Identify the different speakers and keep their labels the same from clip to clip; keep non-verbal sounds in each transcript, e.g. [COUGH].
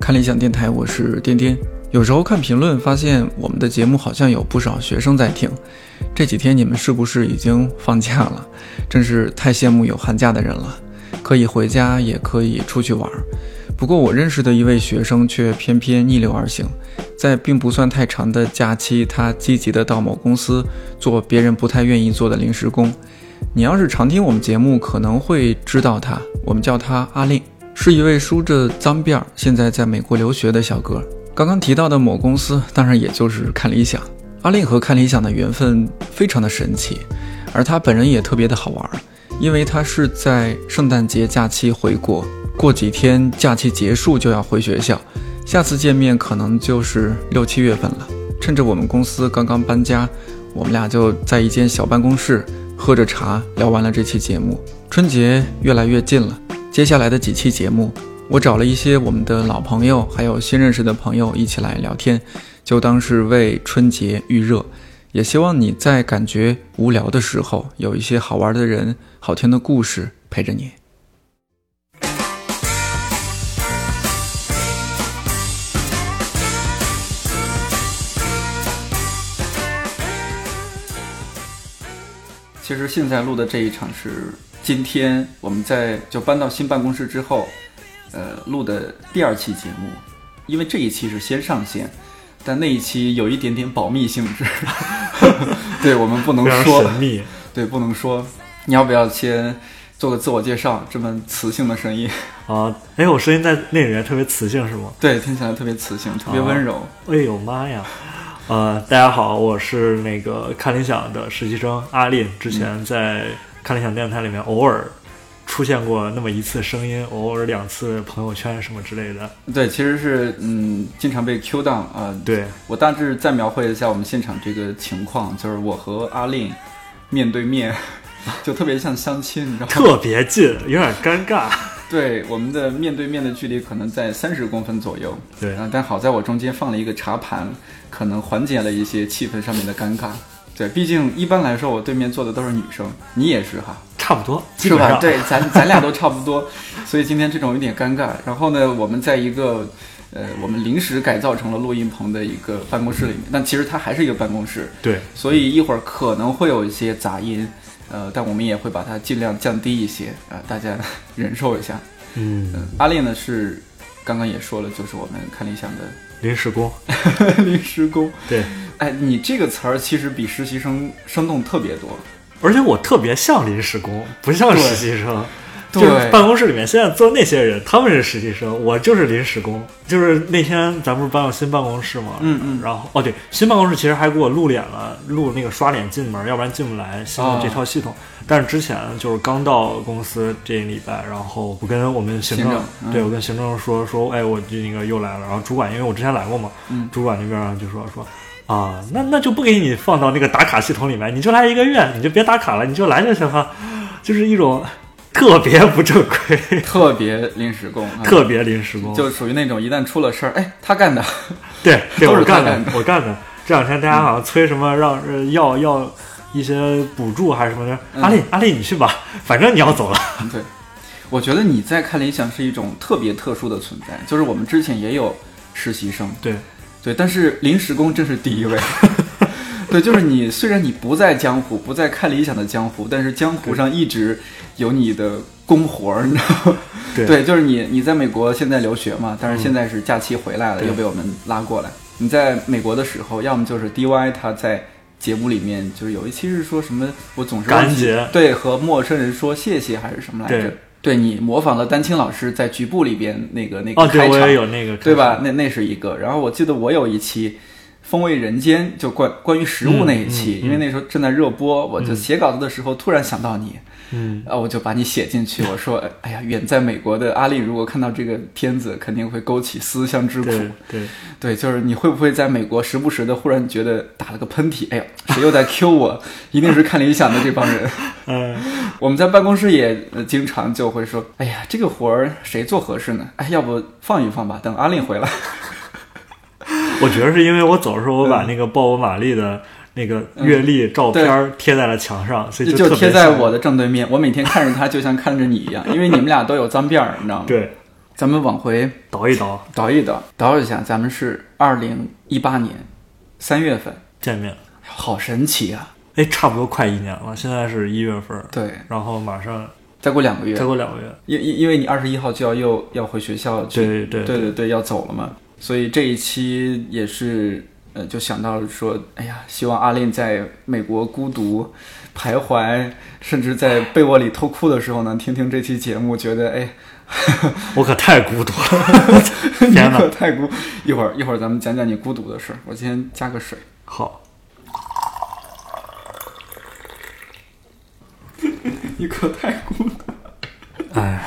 Speaker 1: 看理想电台，我是颠颠。有时候看评论发现我们的节目好像有不少学生在听，这几天你们是不是已经放假了？真是太羡慕有寒假的人了，可以回家，也可以出去玩。不过我认识的一位学生却偏偏逆流而行，在并不算太长的假期，他积极的到某公司做别人不太愿意做的临时工。你要是常听我们节目，可能会知道他，我们叫他阿令，是一位梳着脏辫儿，现在在美国留学的小哥。刚刚提到的某公司，当然也就是看理想。阿令和看理想的缘分非常的神奇，而他本人也特别的好玩，因为他是在圣诞节假期回国，过几天假期结束就要回学校，下次见面可能就是六七月份了。趁着我们公司刚刚搬家，我们俩就在一间小办公室喝着茶，聊完了这期节目。春节越来越近了，接下来的几期节目。我找了一些我们的老朋友，还有新认识的朋友一起来聊天，就当是为春节预热。也希望你在感觉无聊的时候，有一些好玩的人、好听的故事陪着你。其实现在录的这一场是今天我们在就搬到新办公室之后。呃，录的第二期节目，因为这一期是先上线，但那一期有一点点保密性质， [LAUGHS] 对我们不能说
Speaker 2: 神秘，
Speaker 1: 对不能说。你要不要先做个自我介绍？这么磁性的声音 [LAUGHS]
Speaker 2: 啊！哎，我声音在那里面特别磁性是吗？
Speaker 1: 对，听起来特别磁性，特别温柔。啊、
Speaker 2: 哎呦妈呀！呃，大家好，我是那个看理想的实习生阿林，之前在看理想电台里面偶尔。出现过那么一次声音，偶尔两次朋友圈什么之类的。
Speaker 1: 对，其实是嗯，经常被 Q 到啊、呃。
Speaker 2: 对
Speaker 1: 我大致再描绘一下我们现场这个情况，就是我和阿令面对面， [LAUGHS] 就特别像相亲，你知道吗？
Speaker 2: 特别近，有点尴尬。
Speaker 1: [LAUGHS] 对，我们的面对面的距离可能在三十公分左右。
Speaker 2: 对、
Speaker 1: 呃，但好在我中间放了一个茶盘，可能缓解了一些气氛上面的尴尬。对，毕竟一般来说，我对面坐的都是女生，你也是哈，
Speaker 2: 差不多
Speaker 1: 是吧？对，咱咱俩都差不多，所以今天这种有点尴尬。然后呢，我们在一个呃，我们临时改造成了录音棚的一个办公室里面，但其实它还是一个办公室。
Speaker 2: 对，
Speaker 1: 所以一会儿可能会有一些杂音，呃，但我们也会把它尽量降低一些啊、呃，大家 [LAUGHS] 忍受一下。
Speaker 2: 嗯，
Speaker 1: 呃、阿烈呢是刚刚也说了，就是我们看理想的
Speaker 2: 临时工，
Speaker 1: 临时工
Speaker 2: 对。
Speaker 1: 哎，你这个词儿其实比实习生生动特别多，
Speaker 2: 而且我特别像临时工，不像实习生。
Speaker 1: 对，
Speaker 2: 就是、办公室里面现在坐那些人，他们是实习生，我就是临时工。就是那天咱们不是搬到新办公室嘛，
Speaker 1: 嗯嗯，
Speaker 2: 然后哦对，新办公室其实还给我露脸了，录那个刷脸进门，要不然进不来新的这套系统。哦、但是之前就是刚到公司这一礼拜，然后我跟我们行
Speaker 1: 政，
Speaker 2: 行
Speaker 1: 政嗯、
Speaker 2: 对我跟行政说说，哎，我那个又来了。然后主管因为我之前来过嘛，
Speaker 1: 嗯、
Speaker 2: 主管那边就说说。啊，那那就不给你放到那个打卡系统里面，你就来一个月，你就别打卡了，你就来就行了，就是一种特别不正规、
Speaker 1: 特别临时工、啊、
Speaker 2: 特别临时工，
Speaker 1: 就属于那种一旦出了事儿，哎，他干的，
Speaker 2: 对，对
Speaker 1: 都是
Speaker 2: 干
Speaker 1: 的，
Speaker 2: 我干的。这两天大家好像催什么让、呃、要要一些补助还是什么的，
Speaker 1: 嗯
Speaker 2: 阿丽阿丽你去吧，反正你要走了。
Speaker 1: [LAUGHS] 对，我觉得你在看理想是一种特别特殊的存在，就是我们之前也有实习生，
Speaker 2: 对。
Speaker 1: 对，但是临时工真是第一位。 [LAUGHS] 对，就是你，虽然你不在江湖，不在看理想的江湖，但是江湖上一直有你的工活儿，你 [LAUGHS] 知道吗？
Speaker 2: 对，
Speaker 1: 就是你，你在美国现在留学嘛，但是现在是假期回来了，
Speaker 2: 嗯、
Speaker 1: 又被我们拉过来。你在美国的时候，要么就是 DY 他在节目里面，就是有一期是说什么，我总是
Speaker 2: 感觉
Speaker 1: 对和陌生人说谢谢还是什么来着？对你模仿了丹青老师在局部里边那个那个开
Speaker 2: 场，哦，对，我也有那个，
Speaker 1: 对吧？那那是一个。然后我记得我有一期《风味人间》，就关关于食物那一期、
Speaker 2: 嗯嗯，
Speaker 1: 因为那时候正在热播，我就写稿子的时候突然想到你，
Speaker 2: 嗯，
Speaker 1: 啊，我就把你写进去。
Speaker 2: [LAUGHS]
Speaker 1: 我说，哎呀，远在美国的阿丽如果看到这个片子，肯定会勾起思乡之苦。
Speaker 2: 对
Speaker 1: 对，就是你会不会在美国时不时的忽然觉得打了个喷嚏？哎呀，谁又在 Q 我？一定是看理想的这帮人。
Speaker 2: 嗯，
Speaker 1: 我们在办公室也呃经常就会说：“哎呀，这个活儿谁做合适呢？哎，要不放一放吧，等阿令回来。”
Speaker 2: [LAUGHS] 我觉得是因为我走的时候，我
Speaker 1: 嗯
Speaker 2: 把那个鲍勃·马利的那个阅历照片贴在了墙上，
Speaker 1: 嗯、
Speaker 2: 所以
Speaker 1: [LAUGHS] 就
Speaker 2: 就
Speaker 1: 贴在我的正对面。我每天看着他，就像看着你一样，因为你们俩都有脏辫儿，你知道吗？
Speaker 2: 对。
Speaker 1: 咱们往回
Speaker 2: 倒一倒
Speaker 1: 倒一倒，倒一下，咱们是二零一八年三月份，
Speaker 2: 见面，
Speaker 1: 好神奇啊！
Speaker 2: 哎，差不多快一年了，现在是一月份，
Speaker 1: 对，
Speaker 2: 然后马上
Speaker 1: 再过两个月
Speaker 2: 再，过两个月，
Speaker 1: 因因因为你二十一号就要又要回学校去，
Speaker 2: 对对
Speaker 1: 对对对，要走了嘛，所以这一期也是，呃，就想到说，哎呀，希望阿令在美国孤独徘徊，甚至在被窝里偷哭的时候呢，听听这期节目，觉得哎，
Speaker 2: 我可太孤独了， [LAUGHS]
Speaker 1: 你
Speaker 2: 天哪！
Speaker 1: 可太孤。一会儿一会儿咱们讲讲你孤独的事儿，我先加个水。
Speaker 2: 好，
Speaker 1: 你可太孤独。
Speaker 2: 哎，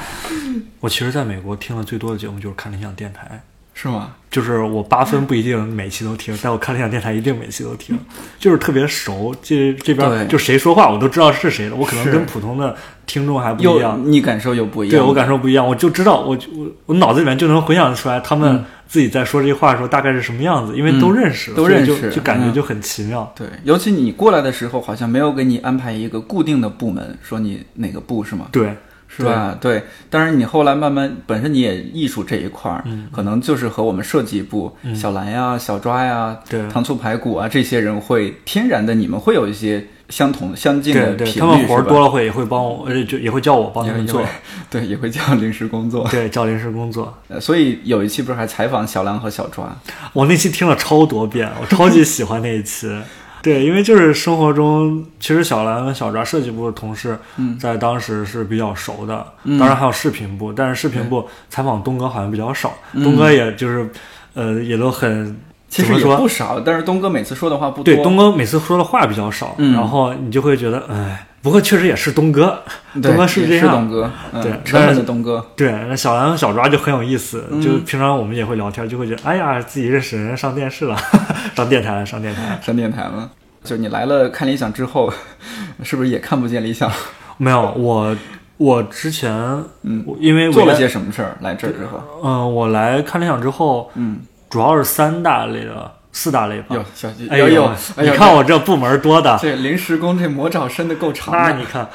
Speaker 2: 我其实在美国听的最多的节目就是看理想电台，
Speaker 1: 是吗？
Speaker 2: 就是我八分不一定每期都听，但我看理想电台一定每期都听，就是特别熟，这这
Speaker 1: 对
Speaker 2: 边就谁说话我都知道是谁了，我可能
Speaker 1: 是
Speaker 2: 跟普通的听众还不一
Speaker 1: 又
Speaker 2: 样。
Speaker 1: 你感受又不一样。
Speaker 2: 对我感受不一样，我就知道，我就我我脑子里面就能回想出来他们自己在说这些话的时候大概是什么样子，因为都认识，
Speaker 1: 嗯都
Speaker 2: 所以
Speaker 1: 认
Speaker 2: 就
Speaker 1: 识
Speaker 2: 就感觉
Speaker 1: 嗯
Speaker 2: 就很奇妙。
Speaker 1: 对，尤其你过来的时候，好像没有给你安排一个固定的部门，说你哪个部是吗？
Speaker 2: 对，
Speaker 1: 是吧？对，当然你后来慢慢，本身你也艺术这一块儿，
Speaker 2: 嗯
Speaker 1: 可能就是和我们设计部、小兰呀、小抓呀、
Speaker 2: 对
Speaker 1: 糖醋排骨啊这些人会天然的，你们会有一些相同相近的
Speaker 2: 对
Speaker 1: 频率，
Speaker 2: 对，他们活儿
Speaker 1: 是吧
Speaker 2: 多了会也会帮我，呃就也会叫我帮他们
Speaker 1: 也
Speaker 2: 做
Speaker 1: 会， [LAUGHS] 对，也会叫临时工作。
Speaker 2: 对，叫临时工作。
Speaker 1: 呃所以有一期不是还采访小兰和小抓？
Speaker 2: 我那期听了超多遍，我超级喜欢那一期。对，因为就是生活中，其实小兰跟小抓设计部的同事，
Speaker 1: 嗯
Speaker 2: 在当时是比较熟的。当然还有视频部，但是视频部采访东哥好像比较少。东哥也就是，呃，也都很
Speaker 1: 嗯其
Speaker 2: 怎
Speaker 1: 实
Speaker 2: 么
Speaker 1: 也
Speaker 2: 说
Speaker 1: 不少，但是东哥每次说的话不多。
Speaker 2: 对，东哥每次说的话比较少，
Speaker 1: 嗯
Speaker 2: 然后你就会觉得，哎，不过确实也是东哥，
Speaker 1: 对
Speaker 2: 东哥是这
Speaker 1: 也是
Speaker 2: 样
Speaker 1: 东。哥，嗯、
Speaker 2: 对
Speaker 1: 沉稳的东哥，
Speaker 2: 对，那小兰和小抓就很有意思，
Speaker 1: 嗯
Speaker 2: 就平常我们也会聊天，就会觉得，哎呀，自己认识人，上电视了， [LAUGHS] 上电台了，上电台了。
Speaker 1: 上电台了。就你来了看理想之后， [LAUGHS] 是不是也看不见理想？
Speaker 2: 没有，我我之前，嗯，因为我
Speaker 1: 做了
Speaker 2: 来
Speaker 1: 些什么事儿？来这儿之后，
Speaker 2: 嗯，我来看理想之后，
Speaker 1: 嗯，
Speaker 2: 主要是三大类的，四大类吧。
Speaker 1: 哟，小鸡，
Speaker 2: 哎
Speaker 1: 呦
Speaker 2: 呦
Speaker 1: 呦，，哎
Speaker 2: 你
Speaker 1: 呦，
Speaker 2: 看我这部门多的，
Speaker 1: 这临时工这魔爪伸的够长
Speaker 2: 那
Speaker 1: 的。
Speaker 2: 你看，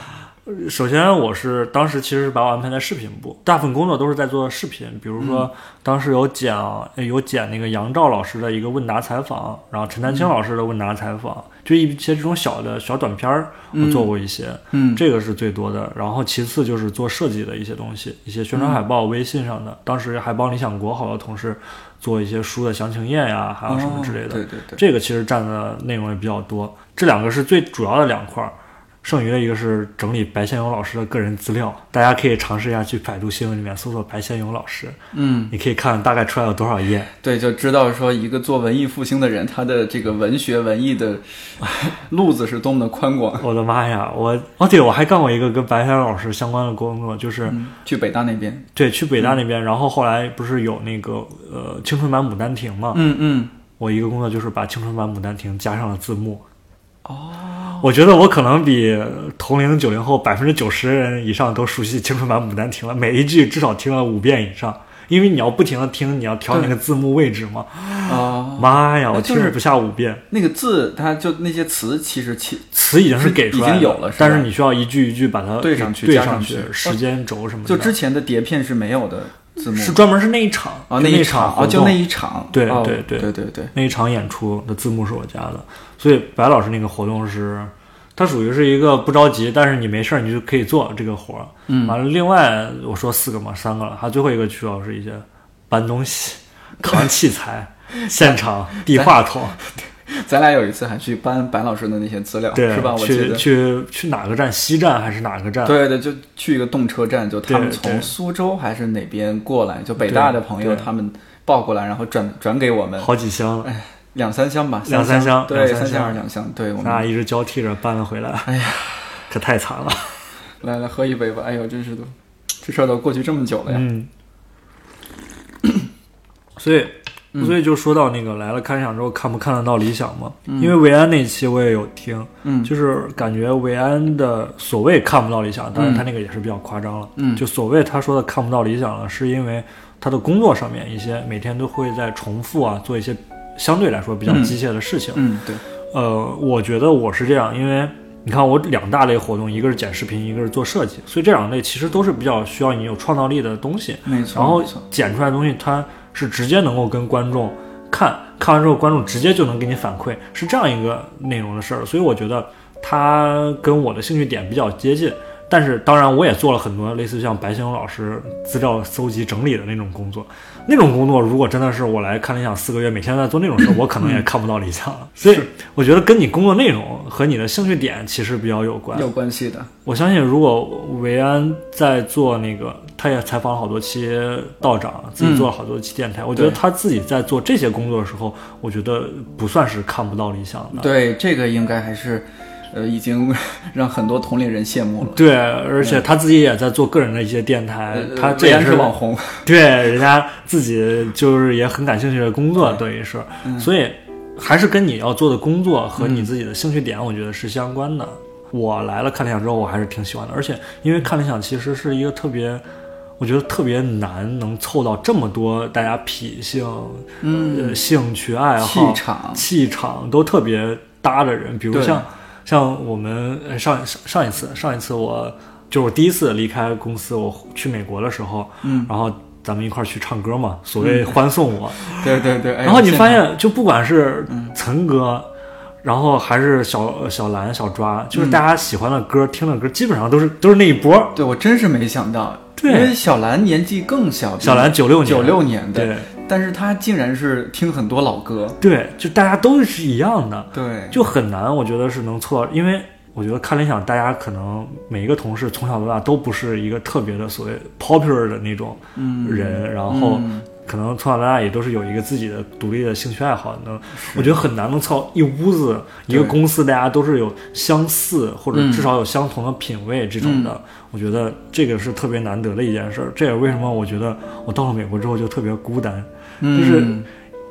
Speaker 2: 呃首先我是当时其实是把我安排在视频部，大部分工作都是在做视频，比如
Speaker 1: 嗯
Speaker 2: 说当时有讲呃有剪那个杨照老师的一个问答采访，然后陈丹
Speaker 1: 嗯
Speaker 2: 青老师的问答采访，就一些这种小的小短片儿，我做过一些，
Speaker 1: 嗯
Speaker 2: 这个是最多的。然后其次就是做设计的一些东西，一些宣
Speaker 1: 嗯
Speaker 2: 传海报、微信上的，当时还帮理想国好多同事做一些书的详情页呀，还有什么之类
Speaker 1: 哦
Speaker 2: 的。
Speaker 1: 对对对，
Speaker 2: 这个其实占的内容也比较多，这两个是最主要的两块儿，剩余的一个是整理白先勇老师的个人资料，大家可以尝试一下去百度新闻里面搜索白先勇老师，
Speaker 1: 嗯，
Speaker 2: 你可以看大概出来有多少页。
Speaker 1: 对，就知道说一个做文艺复兴的人，他的这个文学文艺
Speaker 2: [LAUGHS]
Speaker 1: 的路子是多么的宽广。
Speaker 2: 我的妈呀，我哦对，我还干过一个跟白先勇老师相关的工作，就是、
Speaker 1: 去北大那边，
Speaker 2: 对去北
Speaker 1: 嗯
Speaker 2: 大那边，然后后来不是有那个呃青春版《牡丹亭》嘛，
Speaker 1: 嗯嗯，
Speaker 2: 我一个工作就是把青春版《牡丹亭》加上了字幕。哦，我觉得我可能比同龄九零后百分之九十人以上都熟悉青春版《牡丹亭》了，每一句至少听了五遍以上，因为你要不停的听，你要调那个字幕位置嘛。
Speaker 1: 哦，
Speaker 2: 妈呀，我
Speaker 1: 那就
Speaker 2: 听
Speaker 1: 是
Speaker 2: 了不下五遍，
Speaker 1: 那个字，它就那些词，其实其
Speaker 2: 词已经是给出来的
Speaker 1: 已经有了是吧
Speaker 2: 但是你需要一句一句把它
Speaker 1: 对上去
Speaker 2: 对
Speaker 1: 加
Speaker 2: 上
Speaker 1: 上去
Speaker 2: 时间轴什么的，
Speaker 1: 就之前的碟片是没有的字幕，
Speaker 2: 是专门是那一场
Speaker 1: 啊
Speaker 2: 就那
Speaker 1: 一
Speaker 2: 场
Speaker 1: 场
Speaker 2: 活
Speaker 1: 啊就
Speaker 2: 动
Speaker 1: 那一场，
Speaker 2: 对
Speaker 1: 哦
Speaker 2: 对
Speaker 1: 对
Speaker 2: 对
Speaker 1: 对对，
Speaker 2: 那一场演出的字幕是我加的，所以白老师那个活动是，他属于是一个不着急，但是你没事儿你就可以做这个活儿。嗯，完了，另外我说四个嘛，三个了，还最后一个需要是一些搬东西、扛器材、现场递话筒，
Speaker 1: 咱俩有一次还去搬白老师的那些资料，
Speaker 2: 对，
Speaker 1: 是吧？我记
Speaker 2: 去
Speaker 1: 得。
Speaker 2: 去去哪个站？西站还是哪个站？
Speaker 1: 对对，就去一个动车站，就他们
Speaker 2: 对
Speaker 1: 从
Speaker 2: 对
Speaker 1: 苏州还是哪边过来，就北大的朋友
Speaker 2: 对
Speaker 1: 他们报过来，然后转转给我们
Speaker 2: 好几箱，
Speaker 1: 两三箱吧，
Speaker 2: 两
Speaker 1: 三
Speaker 2: 三箱
Speaker 1: 对，
Speaker 2: 两三
Speaker 1: 三
Speaker 2: 箱
Speaker 1: 还是两箱？对，哎我
Speaker 2: 咱
Speaker 1: 们
Speaker 2: 俩一直交替着搬了回来。哎呀，可太惨了。
Speaker 1: 来来喝一杯吧。哎呦，真是的，这事儿都过去这么久了呀。
Speaker 2: 嗯，
Speaker 1: 嗯
Speaker 2: [COUGHS] 所以所以就说到那个来了看理想之后看不看得到理想嘛？因为维安那期我也有听，
Speaker 1: 嗯
Speaker 2: 就是感觉维安的所谓看不到理想，当然他那个也是比较夸张了，
Speaker 1: 嗯
Speaker 2: 就所谓他说的看不到理想呢，是因为他的工作上面一些每天都会在重复啊，做一些相对来说比较机械的事情，
Speaker 1: 嗯，对，
Speaker 2: 呃，我觉得我是这样，因为你看我两大类活动，一个是剪视频，一个是做设计，所以这两类其实都是比较需要你有创造力的东西。
Speaker 1: 没错。
Speaker 2: 然后
Speaker 1: 没错
Speaker 2: 剪出来的东西，它是直接能够跟观众看看完之后，观众直接就能给你反馈，是这样一个内容的事儿。所以我觉得它跟我的兴趣点比较接近。但是当然，我也做了很多类似像白先勇老师资料搜集整理的那种工作。那种工作如果真的是我来看理想四个月，每天在做那种事儿，我可能也看不到理想了。所以我觉得跟你工作内容和你的兴趣点其实比较有关。
Speaker 1: 有关系的。
Speaker 2: 我相信，如果维安在做那个，他也采访了好多期道长，自己做了好多期电台。我觉得
Speaker 1: 嗯对
Speaker 2: 他自己在做这些工作的时候，我觉得不算是看不到理想的。
Speaker 1: 对，这个应该还是，呃，已经让很多同龄人羡慕了。
Speaker 2: 对，而且他自己也在做个人的一些电台，
Speaker 1: 呃
Speaker 2: 嗯他这
Speaker 1: 虽
Speaker 2: 也
Speaker 1: 然是网红，
Speaker 2: [LAUGHS] 对人家自己就是也很感兴趣的工作，等于是，
Speaker 1: 嗯
Speaker 2: 所以还是跟你要做的工作和你自己的兴趣点，我觉得是相关的。我来了看理想之后，我还是挺喜欢的，而且因为看理想其实是一个特别，我觉得特别难能凑到这么多大家脾性、
Speaker 1: 嗯，
Speaker 2: 呃兴趣爱
Speaker 1: 气
Speaker 2: 好、
Speaker 1: 场，
Speaker 2: 气场都特别搭的人，比如
Speaker 1: 对
Speaker 2: 像像我们呃上上上一次上一次我就是我第一次离开公司，我去美国的时候，
Speaker 1: 嗯，
Speaker 2: 然后咱们一块儿去唱歌嘛，所谓欢送我，
Speaker 1: 对对对。嗯哎
Speaker 2: 然后你
Speaker 1: 现嗯
Speaker 2: 发
Speaker 1: 在
Speaker 2: 现就不管是岑哥。然后还是小小兰、小抓，
Speaker 1: 嗯
Speaker 2: 就是大家喜欢的歌、听的歌，基本上都是都是那一波。
Speaker 1: 对我真是没想到，
Speaker 2: 对
Speaker 1: 因为小兰年纪更小，
Speaker 2: 小兰九六年，
Speaker 1: 九六年的，
Speaker 2: 对
Speaker 1: 但是她竟然是听很多老歌，
Speaker 2: 对，就大家都是一样的。
Speaker 1: 对，
Speaker 2: 就很难，我觉得是能凑到，因为我觉得看理想，大家可能每一个同事从小到大都不是一个特别的所谓 popular 的那种
Speaker 1: 嗯
Speaker 2: 人，然后
Speaker 1: 嗯
Speaker 2: 可能从小到大也都是有一个自己的独立的兴趣爱好，能我觉得很难能凑一屋子一个
Speaker 1: 对
Speaker 2: 公司，大家都是有相似或者
Speaker 1: 嗯
Speaker 2: 至少有相同的品味这种的。我觉得这个是特别难得的一件事儿，这也为什么我觉得我到了美国之后就特别孤单，就是
Speaker 1: 嗯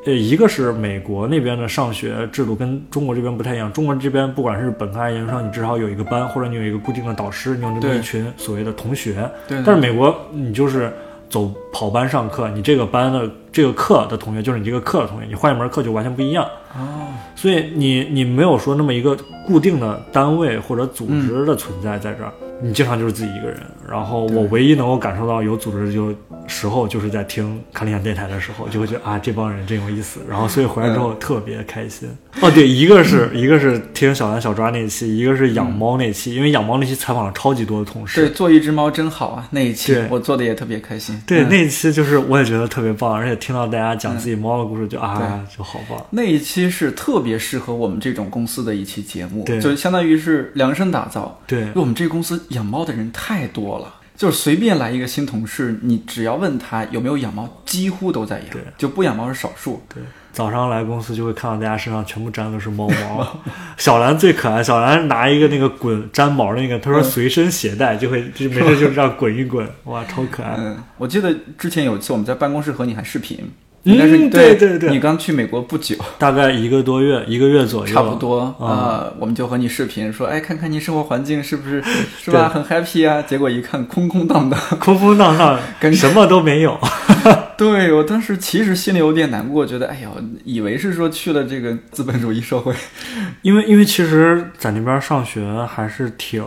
Speaker 2: 呃，一个是美国那边的上学制度跟中国这边不太一样，中国这边不管是本科还是研究生，你至少有一个班，或者你有一个固定的导师，你有这么
Speaker 1: 对
Speaker 2: 一群所谓的同学。
Speaker 1: 对，
Speaker 2: 但是美国你就是走跑班上课，你这个班的这个课的同学就是你这个课的同学，你换一门课就完全不一样。
Speaker 1: 哦，
Speaker 2: 所以你你没有说那么一个固定的单位或者组织的存在在这儿，你经常就是自己一个人。然后我唯一能够感受到有组织就时候，就是在听看理想电台的时候，就会觉得啊这帮人真有意思。然后所以回来之后特别开心。哦，对，一个是一个是听小兰小抓那期，一个是养猫那期，因为养猫那期采访了超级多的同
Speaker 1: 对，。
Speaker 2: 事
Speaker 1: 做一只猫真好啊！那一期
Speaker 2: 对
Speaker 1: 我做的也特别开心。
Speaker 2: 对，
Speaker 1: 嗯
Speaker 2: 那一期就是我也觉得特别棒，而且听到大家讲自己猫的故事就，啊，就好棒。
Speaker 1: 那一期是特别适合我们这种公司的一期节目，
Speaker 2: 对
Speaker 1: 就相当于是量身打造。
Speaker 2: 对
Speaker 1: 因为我们这个公司养猫的人太多了，就是随便来一个新同事，你只要问他有没有养猫，几乎都在养
Speaker 2: 对，
Speaker 1: 就不养猫是少数。
Speaker 2: 对，早上来公司就会看到大家身上全部沾的是猫毛。 [LAUGHS] 小兰最可爱，小兰拿一个那个滚粘毛那个，她
Speaker 1: 嗯
Speaker 2: 说随身携带，就会就没事就这样滚一
Speaker 1: [LAUGHS]
Speaker 2: 滚，哇，超可爱。
Speaker 1: 嗯，我记得之前有一次我们在办公室和你还视频，
Speaker 2: 嗯
Speaker 1: 应该是你
Speaker 2: 对对
Speaker 1: 对
Speaker 2: 对
Speaker 1: 你刚去美国不久，
Speaker 2: 大概一个多月，一个月左右，
Speaker 1: 差不多啊、
Speaker 2: 啊。
Speaker 1: 我们就和你视频说，哎，看看您生活环境是不是是吧，很 happy 啊？结果一看空空荡 [LAUGHS] 荡，
Speaker 2: [LAUGHS] 空空荡荡，
Speaker 1: 啊跟
Speaker 2: 什么都没有。
Speaker 1: 对我当时其实心里有点难过，觉得哎呦，以为是说去了这个资本主义社会，
Speaker 2: 因为因为其实，在那边上学还是挺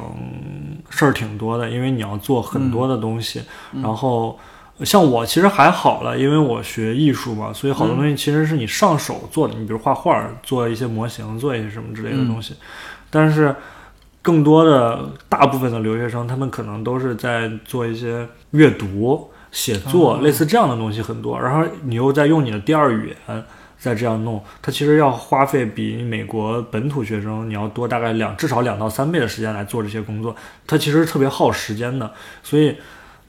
Speaker 2: 事儿挺多的，因为你要做很多的东西。然后像我其实还好了，因为我学艺术嘛，所以好多东西其实是你上手做的，你比如画画、做一些模型、做一些什么之类的东西。但是更多的大部分的留学生，他们可能都是在做一些阅读、写作，类似这样的东西很多。然后你又在用你的第二语言再这样弄，它其实要花费比美国本土学生你要多大概两至少两到三倍的时间来做这些工作，它其实特别耗时间的。所以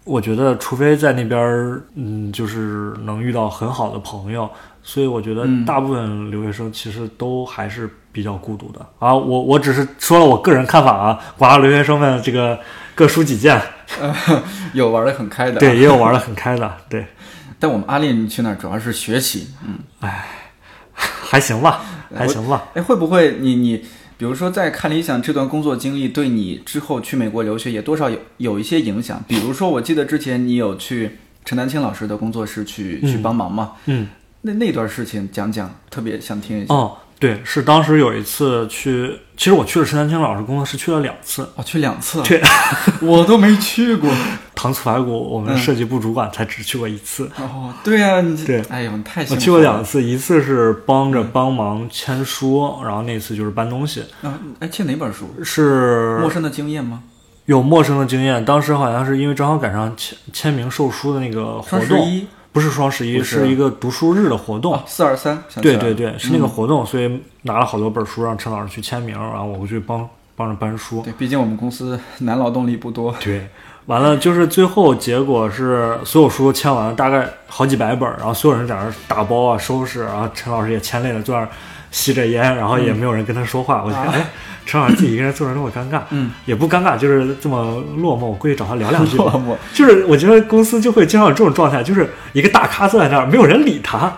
Speaker 2: 我觉得，除非在那边儿，嗯，就是能遇到很好的朋友，所以我觉得大部分留学生其实都还是比较孤独的啊。我我只是说了我个人看法啊，广大留学生们这个各抒己见，
Speaker 1: 有玩的很开的。，啊
Speaker 2: 对，也有玩的很开的，对，
Speaker 1: 但我们阿练去那儿主要是学习，嗯，
Speaker 2: 还行吧，还行吧。
Speaker 1: 哎，会不会你你比如说在看理想这段工作经历，对你之后去美国留学也多少有有一些影响？比如说，我记得之前你有去陈丹青老师的工作室去、去帮忙嘛，
Speaker 2: 嗯，
Speaker 1: 那那段事情讲讲，特别想听一下。
Speaker 2: 哦，对，是当时有一次去，其实我去了陈丹青老师工作室去了两次，
Speaker 1: 哦，去两次，
Speaker 2: 对，
Speaker 1: [LAUGHS] 我都没去过。
Speaker 2: 糖醋排骨我们
Speaker 1: 嗯
Speaker 2: 设计部主管才只去过一次，
Speaker 1: 哦，对呀、你这
Speaker 2: 对
Speaker 1: 哎呦，你太
Speaker 2: 我
Speaker 1: 幸
Speaker 2: 去
Speaker 1: 福
Speaker 2: 过
Speaker 1: 了嗯
Speaker 2: 两。次，一次是帮着帮忙签书，然后那次就是搬东西，
Speaker 1: 啊，哎，借哪本书？
Speaker 2: 是
Speaker 1: 陌生的经验吗？
Speaker 2: 有陌生的经验。当时好像是因为正好赶上签签名售书的那个活
Speaker 1: 双十
Speaker 2: 动，
Speaker 1: 一
Speaker 2: 不是双十一，
Speaker 1: 不是
Speaker 2: 是一个读书日的活动
Speaker 1: 哦，。四二三，想起
Speaker 2: 对
Speaker 1: 来
Speaker 2: 对
Speaker 1: 了，
Speaker 2: 对，是那嗯个活动，所以拿了好多本书让陈老师去签名，然后我去帮帮着搬书。
Speaker 1: 对，毕竟我们公司男劳动力不多。
Speaker 2: 对，完了就是最后结果是所有书都签完了，大概好几百本儿，然后所有人在那儿打包啊、收拾，然后陈老师也签累了，坐那儿吸着烟，然后也没有人跟他说话。我就觉得，哎，陈老师自己一个人坐着那么尴尬，
Speaker 1: 嗯，
Speaker 2: 也不尴尬，就是这么落寞。我过去找他聊两句吧。
Speaker 1: 我
Speaker 2: 就是我觉得公司就会经常有这种状态，就是一个大咖坐在那儿，没有人理他。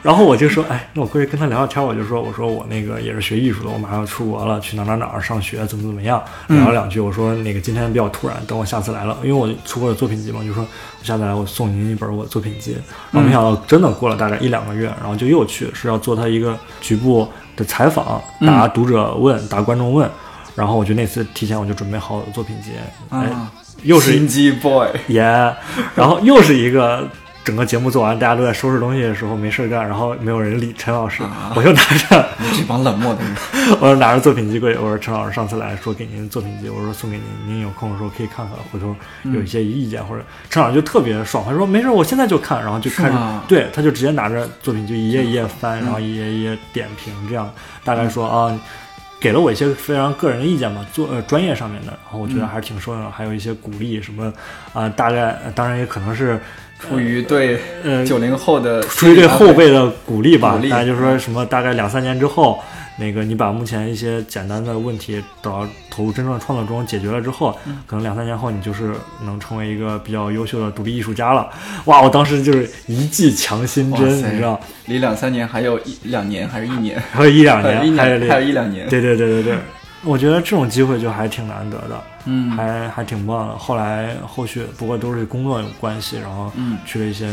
Speaker 2: 然后我就说，哎，那我过去跟他聊聊天，我就说，我说我那个也是学艺术的，我马上要出国了，去哪哪哪儿上学，怎么怎么样，聊了两句。我说那个今天比较突然，等我下次来了，因为我出过作品集嘛，就说我下次来我送您一本我的作品集。然后没想到真的过了大概一两个月，然后就又去是要做他一个局部的采访，答读者问，答观众问。然后我就那次提前我就准备好我的作品集，哎，
Speaker 1: 啊，
Speaker 2: 又是一
Speaker 1: 心机 boy，
Speaker 2: 耶、然后又是一个整个节目做完，大家都在收拾东西的时候没事儿干，然后没有人理陈老师，我就拿着
Speaker 1: 你这帮冷漠的人，
Speaker 2: [LAUGHS] 我就拿着作品集过去，我说陈老师上次来说给您作品集，我说送给您，您有空的时候可以看看，回头有一些
Speaker 1: 嗯
Speaker 2: 意见、或者陈老师就特别爽快说没事，我现在就看，然后就开
Speaker 1: 是
Speaker 2: 始
Speaker 1: 吗
Speaker 2: 对，他就直接拿着作品就一页一页翻，
Speaker 1: 嗯
Speaker 2: 然后一页一页点评，这样大概说啊。给了我一些非常个人的意见嘛，做呃专业上面的，然后我觉
Speaker 1: 嗯
Speaker 2: 得还是挺受用的，还有一些鼓励什么，啊、大概呃当然也可能是
Speaker 1: 出于
Speaker 2: [LAUGHS]
Speaker 1: 对
Speaker 2: 呃
Speaker 1: 九零后的
Speaker 2: 出于对后辈的鼓励吧
Speaker 1: 鼓，励
Speaker 2: 大家就说什么大概两三年之后，那个你把目前一些简单的问题等到投入真正的创作中解决了之后，
Speaker 1: 嗯
Speaker 2: 可能两三年后你就是能成为一个比较优秀的独立艺术家了。哇，我当时就是一剂强心针，
Speaker 1: 哇塞
Speaker 2: 你知道，
Speaker 1: 离两三年还有一两年还是一年，
Speaker 2: 还有一两
Speaker 1: 还有一
Speaker 2: 年，还有
Speaker 1: 年还有一两年，
Speaker 2: 对对对对对，我觉得这种机会就还挺难得的。
Speaker 1: 嗯，
Speaker 2: 还还挺棒的。后来后续不过都是工作有关系，然后
Speaker 1: 嗯
Speaker 2: 去了一些呃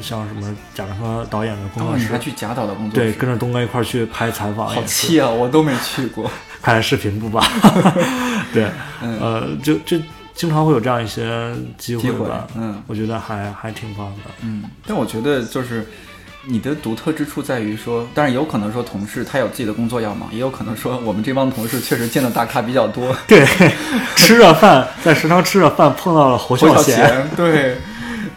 Speaker 2: 像什么贾樟柯导演的工
Speaker 1: 哦，
Speaker 2: 作
Speaker 1: 你
Speaker 2: 室，
Speaker 1: 还去贾导的工作
Speaker 2: 对，
Speaker 1: 室，
Speaker 2: 跟着东哥一块儿去拍采访，
Speaker 1: 好
Speaker 2: 也是
Speaker 1: 气啊！我都没去过，
Speaker 2: 看视频不吧？ [LAUGHS] 对，
Speaker 1: 嗯
Speaker 2: 呃，就就经常会有这样一些机
Speaker 1: 机
Speaker 2: 会
Speaker 1: 会
Speaker 2: 吧，，
Speaker 1: 嗯
Speaker 2: 我觉得还还挺棒的。
Speaker 1: 嗯。但我觉得就是你的独特之处在于说，当然有可能说同事他有自己的工作要忙，也有可能说我们这帮同事确实见的大咖比较多，
Speaker 2: [LAUGHS] 对，吃着饭在食堂吃着饭碰到了侯
Speaker 1: 侯
Speaker 2: 孝
Speaker 1: 孝
Speaker 2: 贤，
Speaker 1: 贤， [LAUGHS] 对，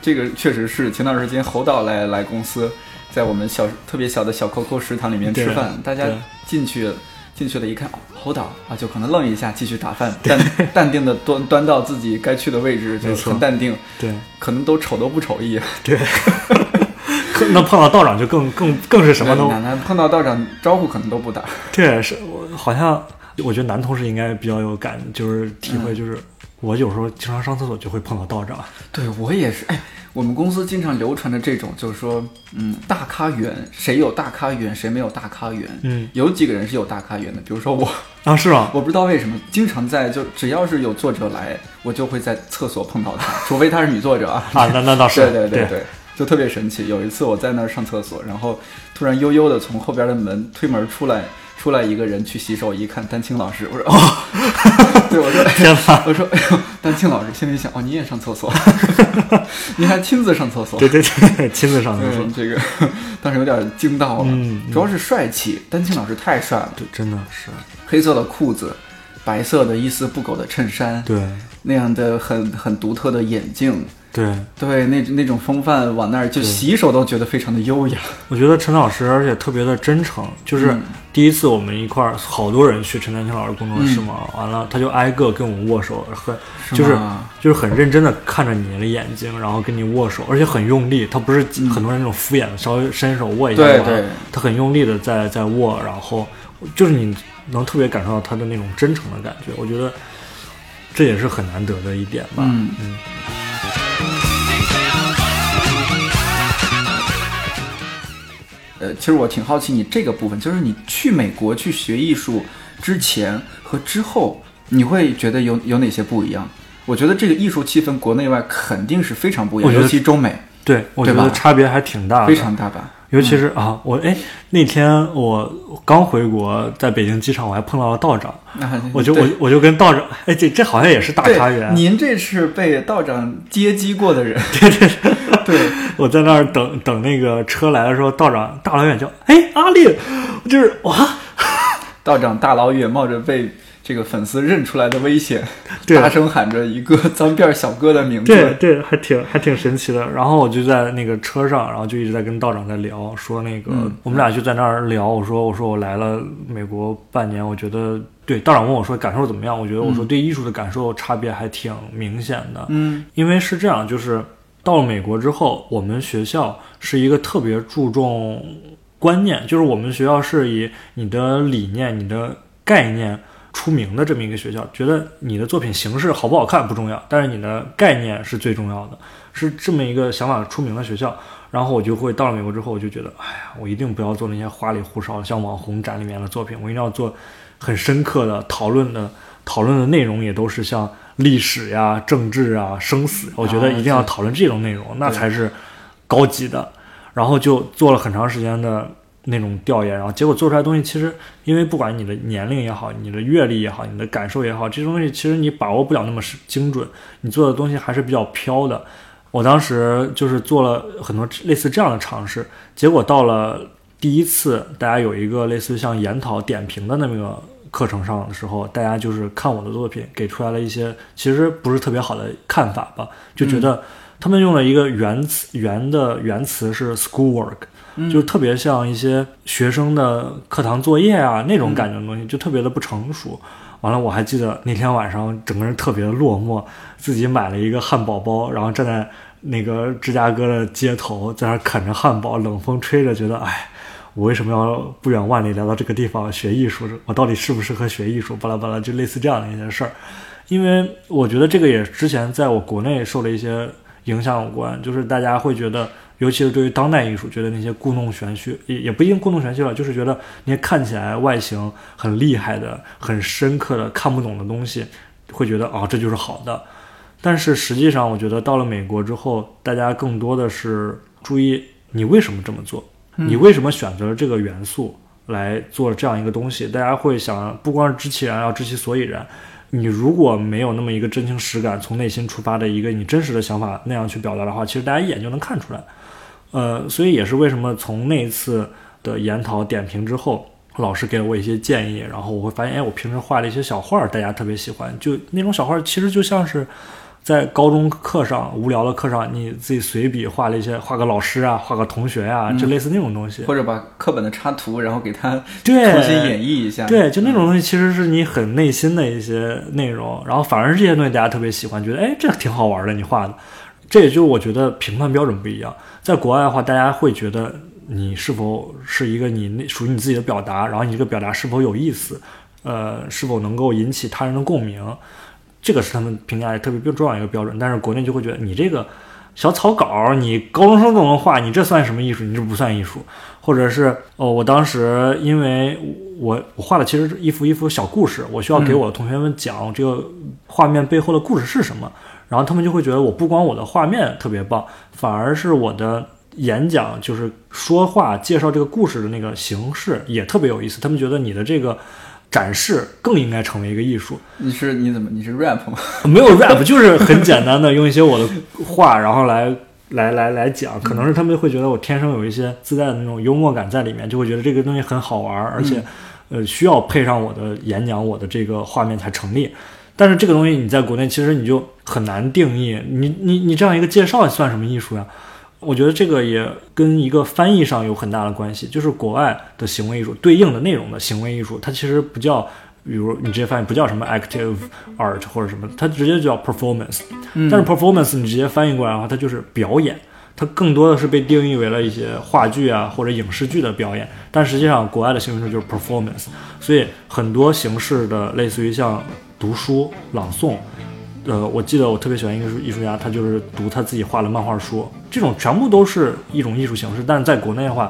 Speaker 1: 这个确实是。前段时间侯导来来公司，在我们小特别小的小 COCO 食堂里面吃饭，大家
Speaker 2: 对
Speaker 1: 进去进去了，一看、哦侯导啊，就可能愣一下，继续打
Speaker 2: [LAUGHS]
Speaker 1: 饭，淡淡定的端端到自己该去的位置，就
Speaker 2: 没错
Speaker 1: 很淡定，
Speaker 2: 对
Speaker 1: 可能都瞅都不瞅一眼。
Speaker 2: 对。 [LAUGHS] 可那碰到道长就更更更是什么都
Speaker 1: 奶奶碰到道长招呼可能都不打，
Speaker 2: 对，是我好像我觉得男同事应该比较有感，就是体会，就是、我有时候经常上厕所就会碰到道长，
Speaker 1: 对我也是，哎，我们公司经常流传着这种，就是说，嗯，大咖缘，谁有大咖缘，谁没有大咖缘。
Speaker 2: 嗯，
Speaker 1: 有几个人是有大咖缘的，比如说
Speaker 2: [LAUGHS]
Speaker 1: 我，
Speaker 2: 啊是吗？
Speaker 1: 我不知道为什么，经常在就只要是有作者来，我就会在厕所碰到他，除非他是女作者啊。
Speaker 2: 啊，那那倒是，
Speaker 1: 对对对对，就特别神奇。有一次我在那儿上厕所，然后突然悠悠的从后边的门推门出来，出来一个人去洗手，一看丹青老师，我
Speaker 2: [LAUGHS]
Speaker 1: 说 [LAUGHS] 哦，对，我说
Speaker 2: 天哪，
Speaker 1: 我说，哎呦，丹青老师，心里想，哦，你也上厕所， [LAUGHS] 你还亲自上厕所，
Speaker 2: 对对对， [LAUGHS] 亲自上厕所
Speaker 1: 嗯，，这个当时有点惊到了，
Speaker 2: 嗯嗯
Speaker 1: 主要是帅气，丹青老师太帅了，
Speaker 2: 对，真的是，
Speaker 1: 黑色的裤子，白色的一丝不苟的衬衫，
Speaker 2: 对
Speaker 1: 那样的很很独特的眼镜，
Speaker 2: 对，
Speaker 1: 对，那那种风范往那儿就洗手都觉得非常的优雅，
Speaker 2: 我觉得陈老师而且特别的真诚，就是
Speaker 1: 嗯
Speaker 2: 第一次我们一块儿好多人去陈丹青老师工作
Speaker 1: 嗯
Speaker 2: 室嘛，完了他就挨个跟我们握手，很就是
Speaker 1: 吗
Speaker 2: 就是很认真的看着你的眼睛，然后跟你握手，而且很用力，他不是很多人那种敷衍的，稍微伸手握一
Speaker 1: 嗯
Speaker 2: 下，
Speaker 1: 对
Speaker 2: 然后
Speaker 1: 对
Speaker 2: 他很用力的在在握，然后就是你能特别感受到他的那种真诚的感觉，我觉得这也是很难得的一点吧。
Speaker 1: 嗯
Speaker 2: 嗯
Speaker 1: 呃，其实我挺好奇你这个部分，就是你去美国去学艺术之前和之后，你会觉得有有哪些不一样？我觉得这个艺术气氛国内外肯定是非常不一样，
Speaker 2: 我觉得
Speaker 1: 尤其中美
Speaker 2: 对，我觉
Speaker 1: 对
Speaker 2: 得
Speaker 1: 吧
Speaker 2: 差别还挺大的，
Speaker 1: 非常大吧？
Speaker 2: 尤其是、啊，我哎那天我刚回国，在北京机场我还碰到了道长，
Speaker 1: 那
Speaker 2: 我就我
Speaker 1: 嗯对
Speaker 2: 我就跟道长，哎这这好像也是大茶
Speaker 1: 对，
Speaker 2: 园，
Speaker 1: 您这是被道长接机过的
Speaker 2: [LAUGHS]
Speaker 1: 人，对对对，
Speaker 2: 我在那儿等等那个车来的时候，道长大老远叫哎阿丽，就是哇，
Speaker 1: 嗯道长大老远冒着被这个粉丝认出来的危险，
Speaker 2: 对
Speaker 1: 大声喊着一个脏辫儿小哥的名
Speaker 2: 对
Speaker 1: 字，
Speaker 2: 对，还挺还挺神奇的。然后我就在那个车上，然后就一直在跟道长在聊，说那个、
Speaker 1: 嗯
Speaker 2: 我们俩就在那儿聊，我说我说我来了美国半年，我觉得对道长问我说感受怎么样，我觉得我说对艺术的感受差别还挺明显的，
Speaker 1: 嗯
Speaker 2: 因为是这样，就是到了美国之后，我们学校是一个特别注重观念，就是我们学校是以你的理念、你的概念出名的这么一个学校，觉得你的作品形式好不好看不重要，但是你的概念是最重要的，是这么一个想法出名的学校。然后我就会到了美国之后，我就觉得，哎呀，我一定不要做那些花里胡哨的像网红展里面的作品，我一定要做很深刻的讨论的讨论的内容，也都是像历史呀、政治啊、生死，我觉得一定要讨论这种内容，那才是高级的。然后就做了很长时间的那种调研，然后结果做出来的东西，其实因为不管你的年龄也好，你的阅历也好，你的感受也好，这些东西其实你把握不了那么是精准，你做的东西还是比较飘的。我当时就是做了很多类似这样的尝试，结果到了第一次大家有一个类似于像研讨点评的那么个课程上的时候，大家就是看我的作品，给出来了一些其实不是特别好的看法吧，就觉得他们用了一个原词原的原词是 schoolwork，、
Speaker 1: 嗯
Speaker 2: 就特别像一些学生的课堂作业啊那种感觉的东西，就特别的不成熟。完了，我还记得那天晚上整个人特别的落寞，自己买了一个汉堡包，然后站在那个芝加哥的街头，在那儿啃着汉堡，冷风吹着，觉得哎，我为什么要不远万里来到这个地方学艺术？我到底适不适合学艺术？巴拉巴拉，就类似这样的一些事儿。因为我觉得这个也之前在我国内受了一些影响有关，就是大家会觉得，尤其是对于当代艺术，觉得那些故弄玄虚，也也不一定故弄玄虚了，就是觉得那些看起来外形很厉害的、很深刻的、看不懂的东西，会觉得啊、这就是好的。但是实际上，我觉得到了美国之后，大家更多的是注意你为什么这么做，你为什么选择了这个元素来做这样一个东西？大家会想，不光是知其然，要知其所以然。你如果没有那么一个真情实感，从内心出发的一个你真实的想法那样去表达的话，其实大家一眼就能看出来。呃，所以也是为什么从那一次的研讨点评之后，老师给了我一些建议，然后我会发现，哎，我平时画的一些小画儿，大家特别喜欢，就那种小画儿其实就像是在高中课上无聊的课上，你自己随笔画了一些，画个老师啊，画个同学啊，就类似那种东西。
Speaker 1: 或者把课本的插图，然后给他
Speaker 2: 对
Speaker 1: 重新演绎一下，
Speaker 2: 对，就那种东西其实是你很内心的一些内容，然后反而是这些东西大家特别喜欢，觉得哎这挺好玩的，你画的。这也就是我觉得评判标准不一样，在国外的话，大家会觉得你是否是一个你那属于你自己的表达，然后你这个表达是否有意思，呃，是否能够引起他人的共鸣，这个是他们评价的特别重要一个标准。但是国内就会觉得你这个小草稿，你高中生都能画，你这算什么艺术？你这不算艺术。或者是哦，我当时因为我我画的其实是一幅一幅小故事，我需要给我的同学们讲这个画面背后的故事是什么，然后他们就会觉得我不光我的画面特别棒，反而是我的演讲就是说话介绍这个故事的那个形式也特别有意思，他们觉得你的这个展示更应该成为一个艺术。
Speaker 1: 你是你怎么你是 rap 吗？
Speaker 2: [LAUGHS] 没有 rap，就是很简单的用一些我的话，然后来来来来讲，可能是他们会觉得我天生有一些自带的那种幽默感在里面，就会觉得这个东西很好玩儿，而且、呃需要配上我的演讲，我的这个画面才成立。但是这个东西你在国内其实你就很难定义，你你你这样一个介绍算什么艺术呀？我觉得这个也跟一个翻译上有很大的关系，就是国外的行为艺术对应的内容的行为艺术，它其实不叫，比如你直接翻译不叫什么 active art 或者什么，它直接叫 performance。但
Speaker 1: 嗯
Speaker 2: 是 performance 你直接翻译过来的话，它就是表演，它更多的是被定义为了一些话剧啊或者影视剧的表演，但实际上国外的形式就是 performance，所以很多形式的类似于像读书、朗诵，呃，我记得我特别喜欢一个艺术艺术家，他就是读他自己画的漫画书，这种全部都是一种艺术形式。但是在国内的话，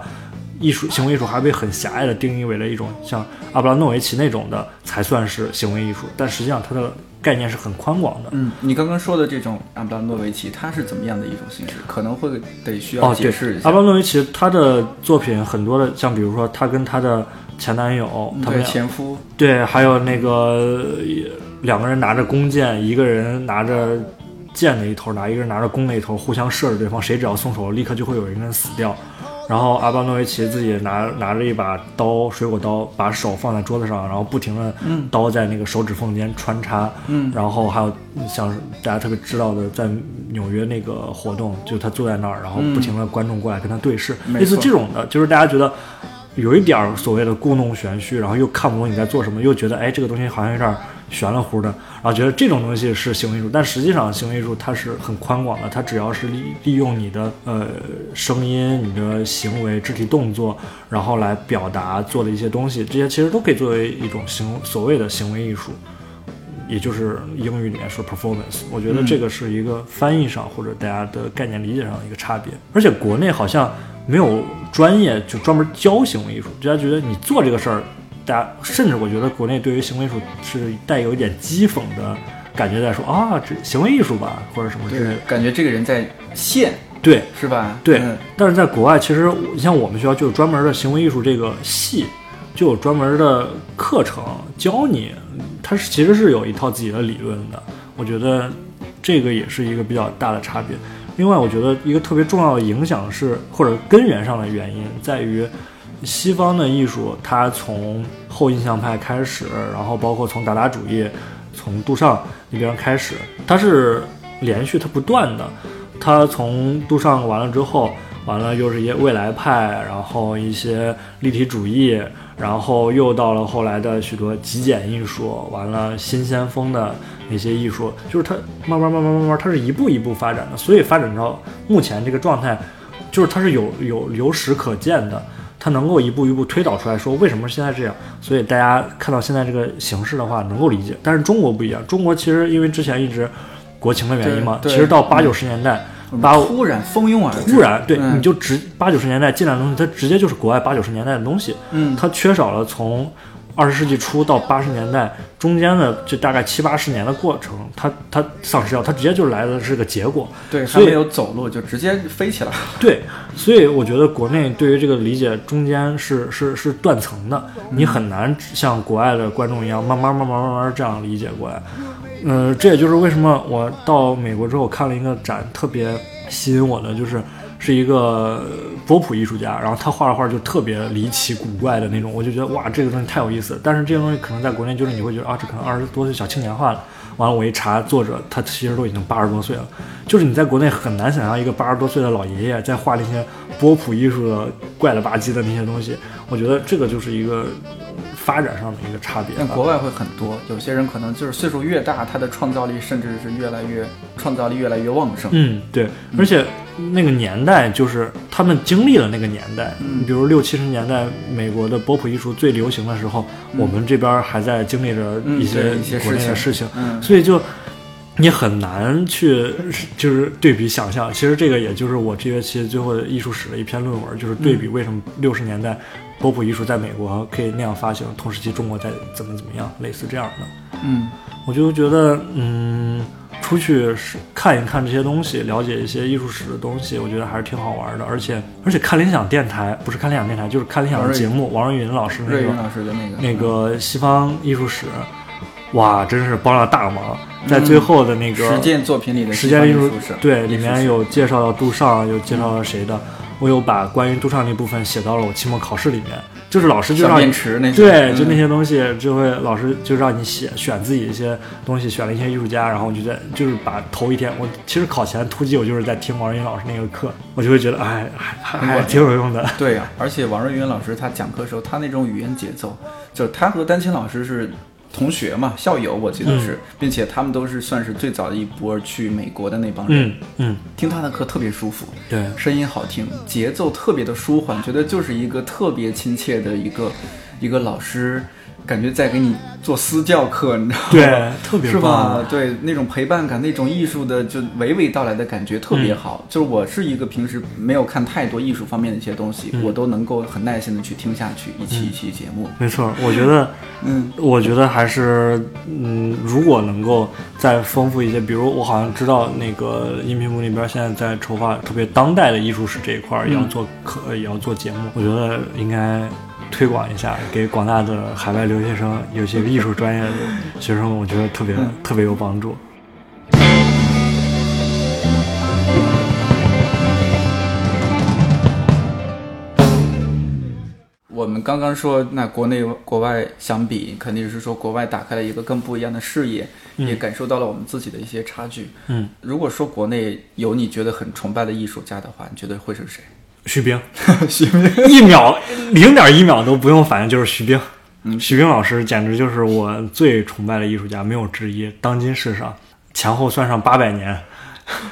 Speaker 2: 艺术行为艺术还被很狭隘的定义为了一种像阿布拉诺维奇那种的才算是行为艺术，但实际上它的概念是很宽广的。
Speaker 1: 嗯，你刚刚说的这种阿布拉诺维奇，它是怎么样的一种形式？可能会得需要
Speaker 2: 哦，
Speaker 1: 解
Speaker 2: 对
Speaker 1: 释一，下。
Speaker 2: 阿布拉诺维奇他的作品很多的，像比如说他跟他的前男友，他
Speaker 1: 嗯
Speaker 2: 们
Speaker 1: 对啊前夫，
Speaker 2: 对，还有那个呃两个人拿着弓箭，一个人拿着箭的一头拿，一个人拿着弓的一头，互相射着对方，谁只要松手，立刻就会有一个人死掉。然后阿巴诺维奇自己拿拿着一把刀，水果刀，把手放在桌子上，然后不停的刀在那个手指缝间穿插。
Speaker 1: 嗯
Speaker 2: 然后还有像大家特别知道的，在纽约那个活动，就是他坐在那儿，然后不停的观众过来跟他对视，
Speaker 1: 嗯没
Speaker 2: 类似
Speaker 1: 错
Speaker 2: 这种的，就是大家觉得有一点儿所谓的故弄玄虚，然后又看不懂你在做什么，又觉得哎这个东西好像有点儿玄了乎的，然后觉得这种东西是行为艺术，但实际上行为艺术它是很宽广的，它只要是利利用你的呃声音、你的行为、肢体动作，然后来表达做的一些东西，这些其实都可以作为一种行所谓的行为艺术。也就是英语里面说 performance，我觉得这个是一个翻译上或者大家的概念理解上的一个差别。而且国内好像没有专业就专门教行为艺术，大家觉得你做这个事儿，大家甚至我觉得国内对于行为艺术是带有一点讥讽的感觉，在说啊，这行为艺术吧，或者什么之类的。
Speaker 1: 感觉这个人在现，
Speaker 2: 对，
Speaker 1: 是吧？
Speaker 2: 对
Speaker 1: 嗯，
Speaker 2: 但是在国外，其实你像我们学校就有专门的行为艺术这个系，就有专门的课程教你，它是其实是有一套自己的理论的。我觉得这个也是一个比较大的差别。另外，我觉得一个特别重要的影响是，或者根源上的原因在于，西方的艺术它从后印象派开始，然后包括从达达主义，从杜尚那边开始，它是连续，它不断的。他从杜尚完了之后，完了又是一些未来派，然后一些立体主义，然后又到了后来的许多极简艺术，完了新先锋的那些艺术，就是它慢慢慢慢慢慢，它是一步一步发展的，所以发展到目前这个状态，就是它是有有有史可见的。它能够一步一步推导出来说为什么现在这样，所以大家看到现在这个形势的话能够理解。但是中国不一样，中国其实因为之前一直国情的原因嘛，
Speaker 1: 对
Speaker 2: 其
Speaker 1: 对
Speaker 2: 实到八九十年代，八五
Speaker 1: 嗯突然蜂拥而至，
Speaker 2: 突然对、
Speaker 1: 嗯
Speaker 2: 你就直八九十年代进来的东西，它直接就是国外八九十年代的东西，
Speaker 1: 嗯，
Speaker 2: 它缺少了从二十世纪初到八十年代中间的这大概七八十年的过程，它它丧失掉，它直接就来的是个结果。
Speaker 1: 对，还
Speaker 2: 所以
Speaker 1: 没有走路就直接飞起来了。
Speaker 2: 对，所以我觉得国内对于这个理解中间是是是断层的，你很难像国外的观众一样慢慢慢慢慢慢这样理解过来。嗯、这也就是为什么我到美国之后看了一个展，特别吸引我的，就是是一个波普艺术家，然后他画的画就特别离奇古怪的那种，我就觉得哇，这个东西太有意思了。但是这个东西可能在国内就是你会觉得啊，这可能二十多岁小青年画的。完了，我一查作者，他其实都已经八十多岁了。就是你在国内很难想象一个八十多岁的老爷爷在画那些波普艺术的怪了吧唧的那些东西。我觉得这个就是一个发展上的一个差别
Speaker 1: 但
Speaker 2: 吧。
Speaker 1: 国外会很多，有些人可能就是岁数越大，他的创造力甚至是越来越创造力越来越旺盛。
Speaker 2: 嗯，对，而且那个年代就是他们经历了那个年代，
Speaker 1: 嗯
Speaker 2: 你比如六七十年代美国的波普艺术最流行的时候，我们这边还在经历着
Speaker 1: 嗯
Speaker 2: 一些
Speaker 1: 对一些
Speaker 2: 国内
Speaker 1: 事
Speaker 2: 的事情，
Speaker 1: 嗯，
Speaker 2: 所以就你很难去就是对比想象。其实这个也就是我这学期最后的艺术史的一篇论文，就是对
Speaker 1: 嗯
Speaker 2: 比为什么六十年代波普艺术在美国可以那样发行，同时期中国在怎么怎么样，类似这样的。
Speaker 1: 嗯，
Speaker 2: 我就觉得，嗯，出去是看一看这些东西，了解一些艺术史的东西，我觉得还是挺好玩的。而且，而且看理想电台不是看理想电台，就是看理想的节目，王瑞云老师那
Speaker 1: 瑞云
Speaker 2: 个
Speaker 1: 老师的那个
Speaker 2: 那个西方艺术史，哇，真是帮了大忙。在最后的那
Speaker 1: 嗯
Speaker 2: 个、
Speaker 1: 实践作品里的
Speaker 2: 时间
Speaker 1: 艺
Speaker 2: 艺术
Speaker 1: 史，
Speaker 2: 对，
Speaker 1: 艺
Speaker 2: 里
Speaker 1: 术
Speaker 2: 面
Speaker 1: 史
Speaker 2: 有介绍到杜尚，有介
Speaker 1: 嗯
Speaker 2: 绍到谁的，我有把关于杜尚那部分写到了我期末考试里面，就是老师就
Speaker 1: 小
Speaker 2: 让
Speaker 1: 便
Speaker 2: 你。
Speaker 1: 池那些，
Speaker 2: 对，就
Speaker 1: 嗯
Speaker 2: 那些东西，就会老师就让你写选自己一些东西，选了一些艺术家，然后我就在就是把头一天，我其实考前突击，我就是在听王云老师那个课，我就会觉得哎，还还还挺有用的。
Speaker 1: 对呀、而且王瑞云老师他讲课时候，他那种语言节奏，就是他和丹青老师是同学嘛，校友我记
Speaker 2: 嗯
Speaker 1: 得是，并且他们都是算是最早一波去美国的那帮人，
Speaker 2: 嗯嗯，
Speaker 1: 听他的课特别舒服，
Speaker 2: 对，
Speaker 1: 声音好听，节奏特别的舒缓，觉得就是一个特别亲切的一个一个老师感觉在给你做私教课，你知道吗？
Speaker 2: 对，特别
Speaker 1: 是吧
Speaker 2: 棒？
Speaker 1: 对，那种陪伴感，那种艺术的就娓娓道来的感觉特别好。就是我是一个平时没有看太多艺术方面的一些东西，
Speaker 2: 嗯
Speaker 1: 我都能够很耐心的去听下去，一期一期节目。
Speaker 2: 没错，我觉得，
Speaker 1: 嗯，
Speaker 2: 我觉得还是，嗯，如果能够再丰富一些，比如我好像知道那个音频部那边现在在筹划特别当代的艺术史这一块儿，也要做课，也要做节目，我觉得应该推广一下，给广大的海外留学生， [LAUGHS] 有些艺术专业的学生，我觉得特别、特别有帮助。
Speaker 1: 我们刚刚说，那国内国外相比，肯定是说国外打开了一个更不一样的视野，也感受到了我们自己的一些差距。
Speaker 2: 嗯，
Speaker 1: 如果说国内有你觉得很崇拜的艺术家的话，你觉得会是谁？ [LAUGHS]
Speaker 2: 徐冰，
Speaker 1: 徐冰，
Speaker 2: 一秒零点一秒都不用反应，就是徐冰。徐冰老师简直就是我最崇拜的艺术家，没有之一。当今世上，前后算上八百年，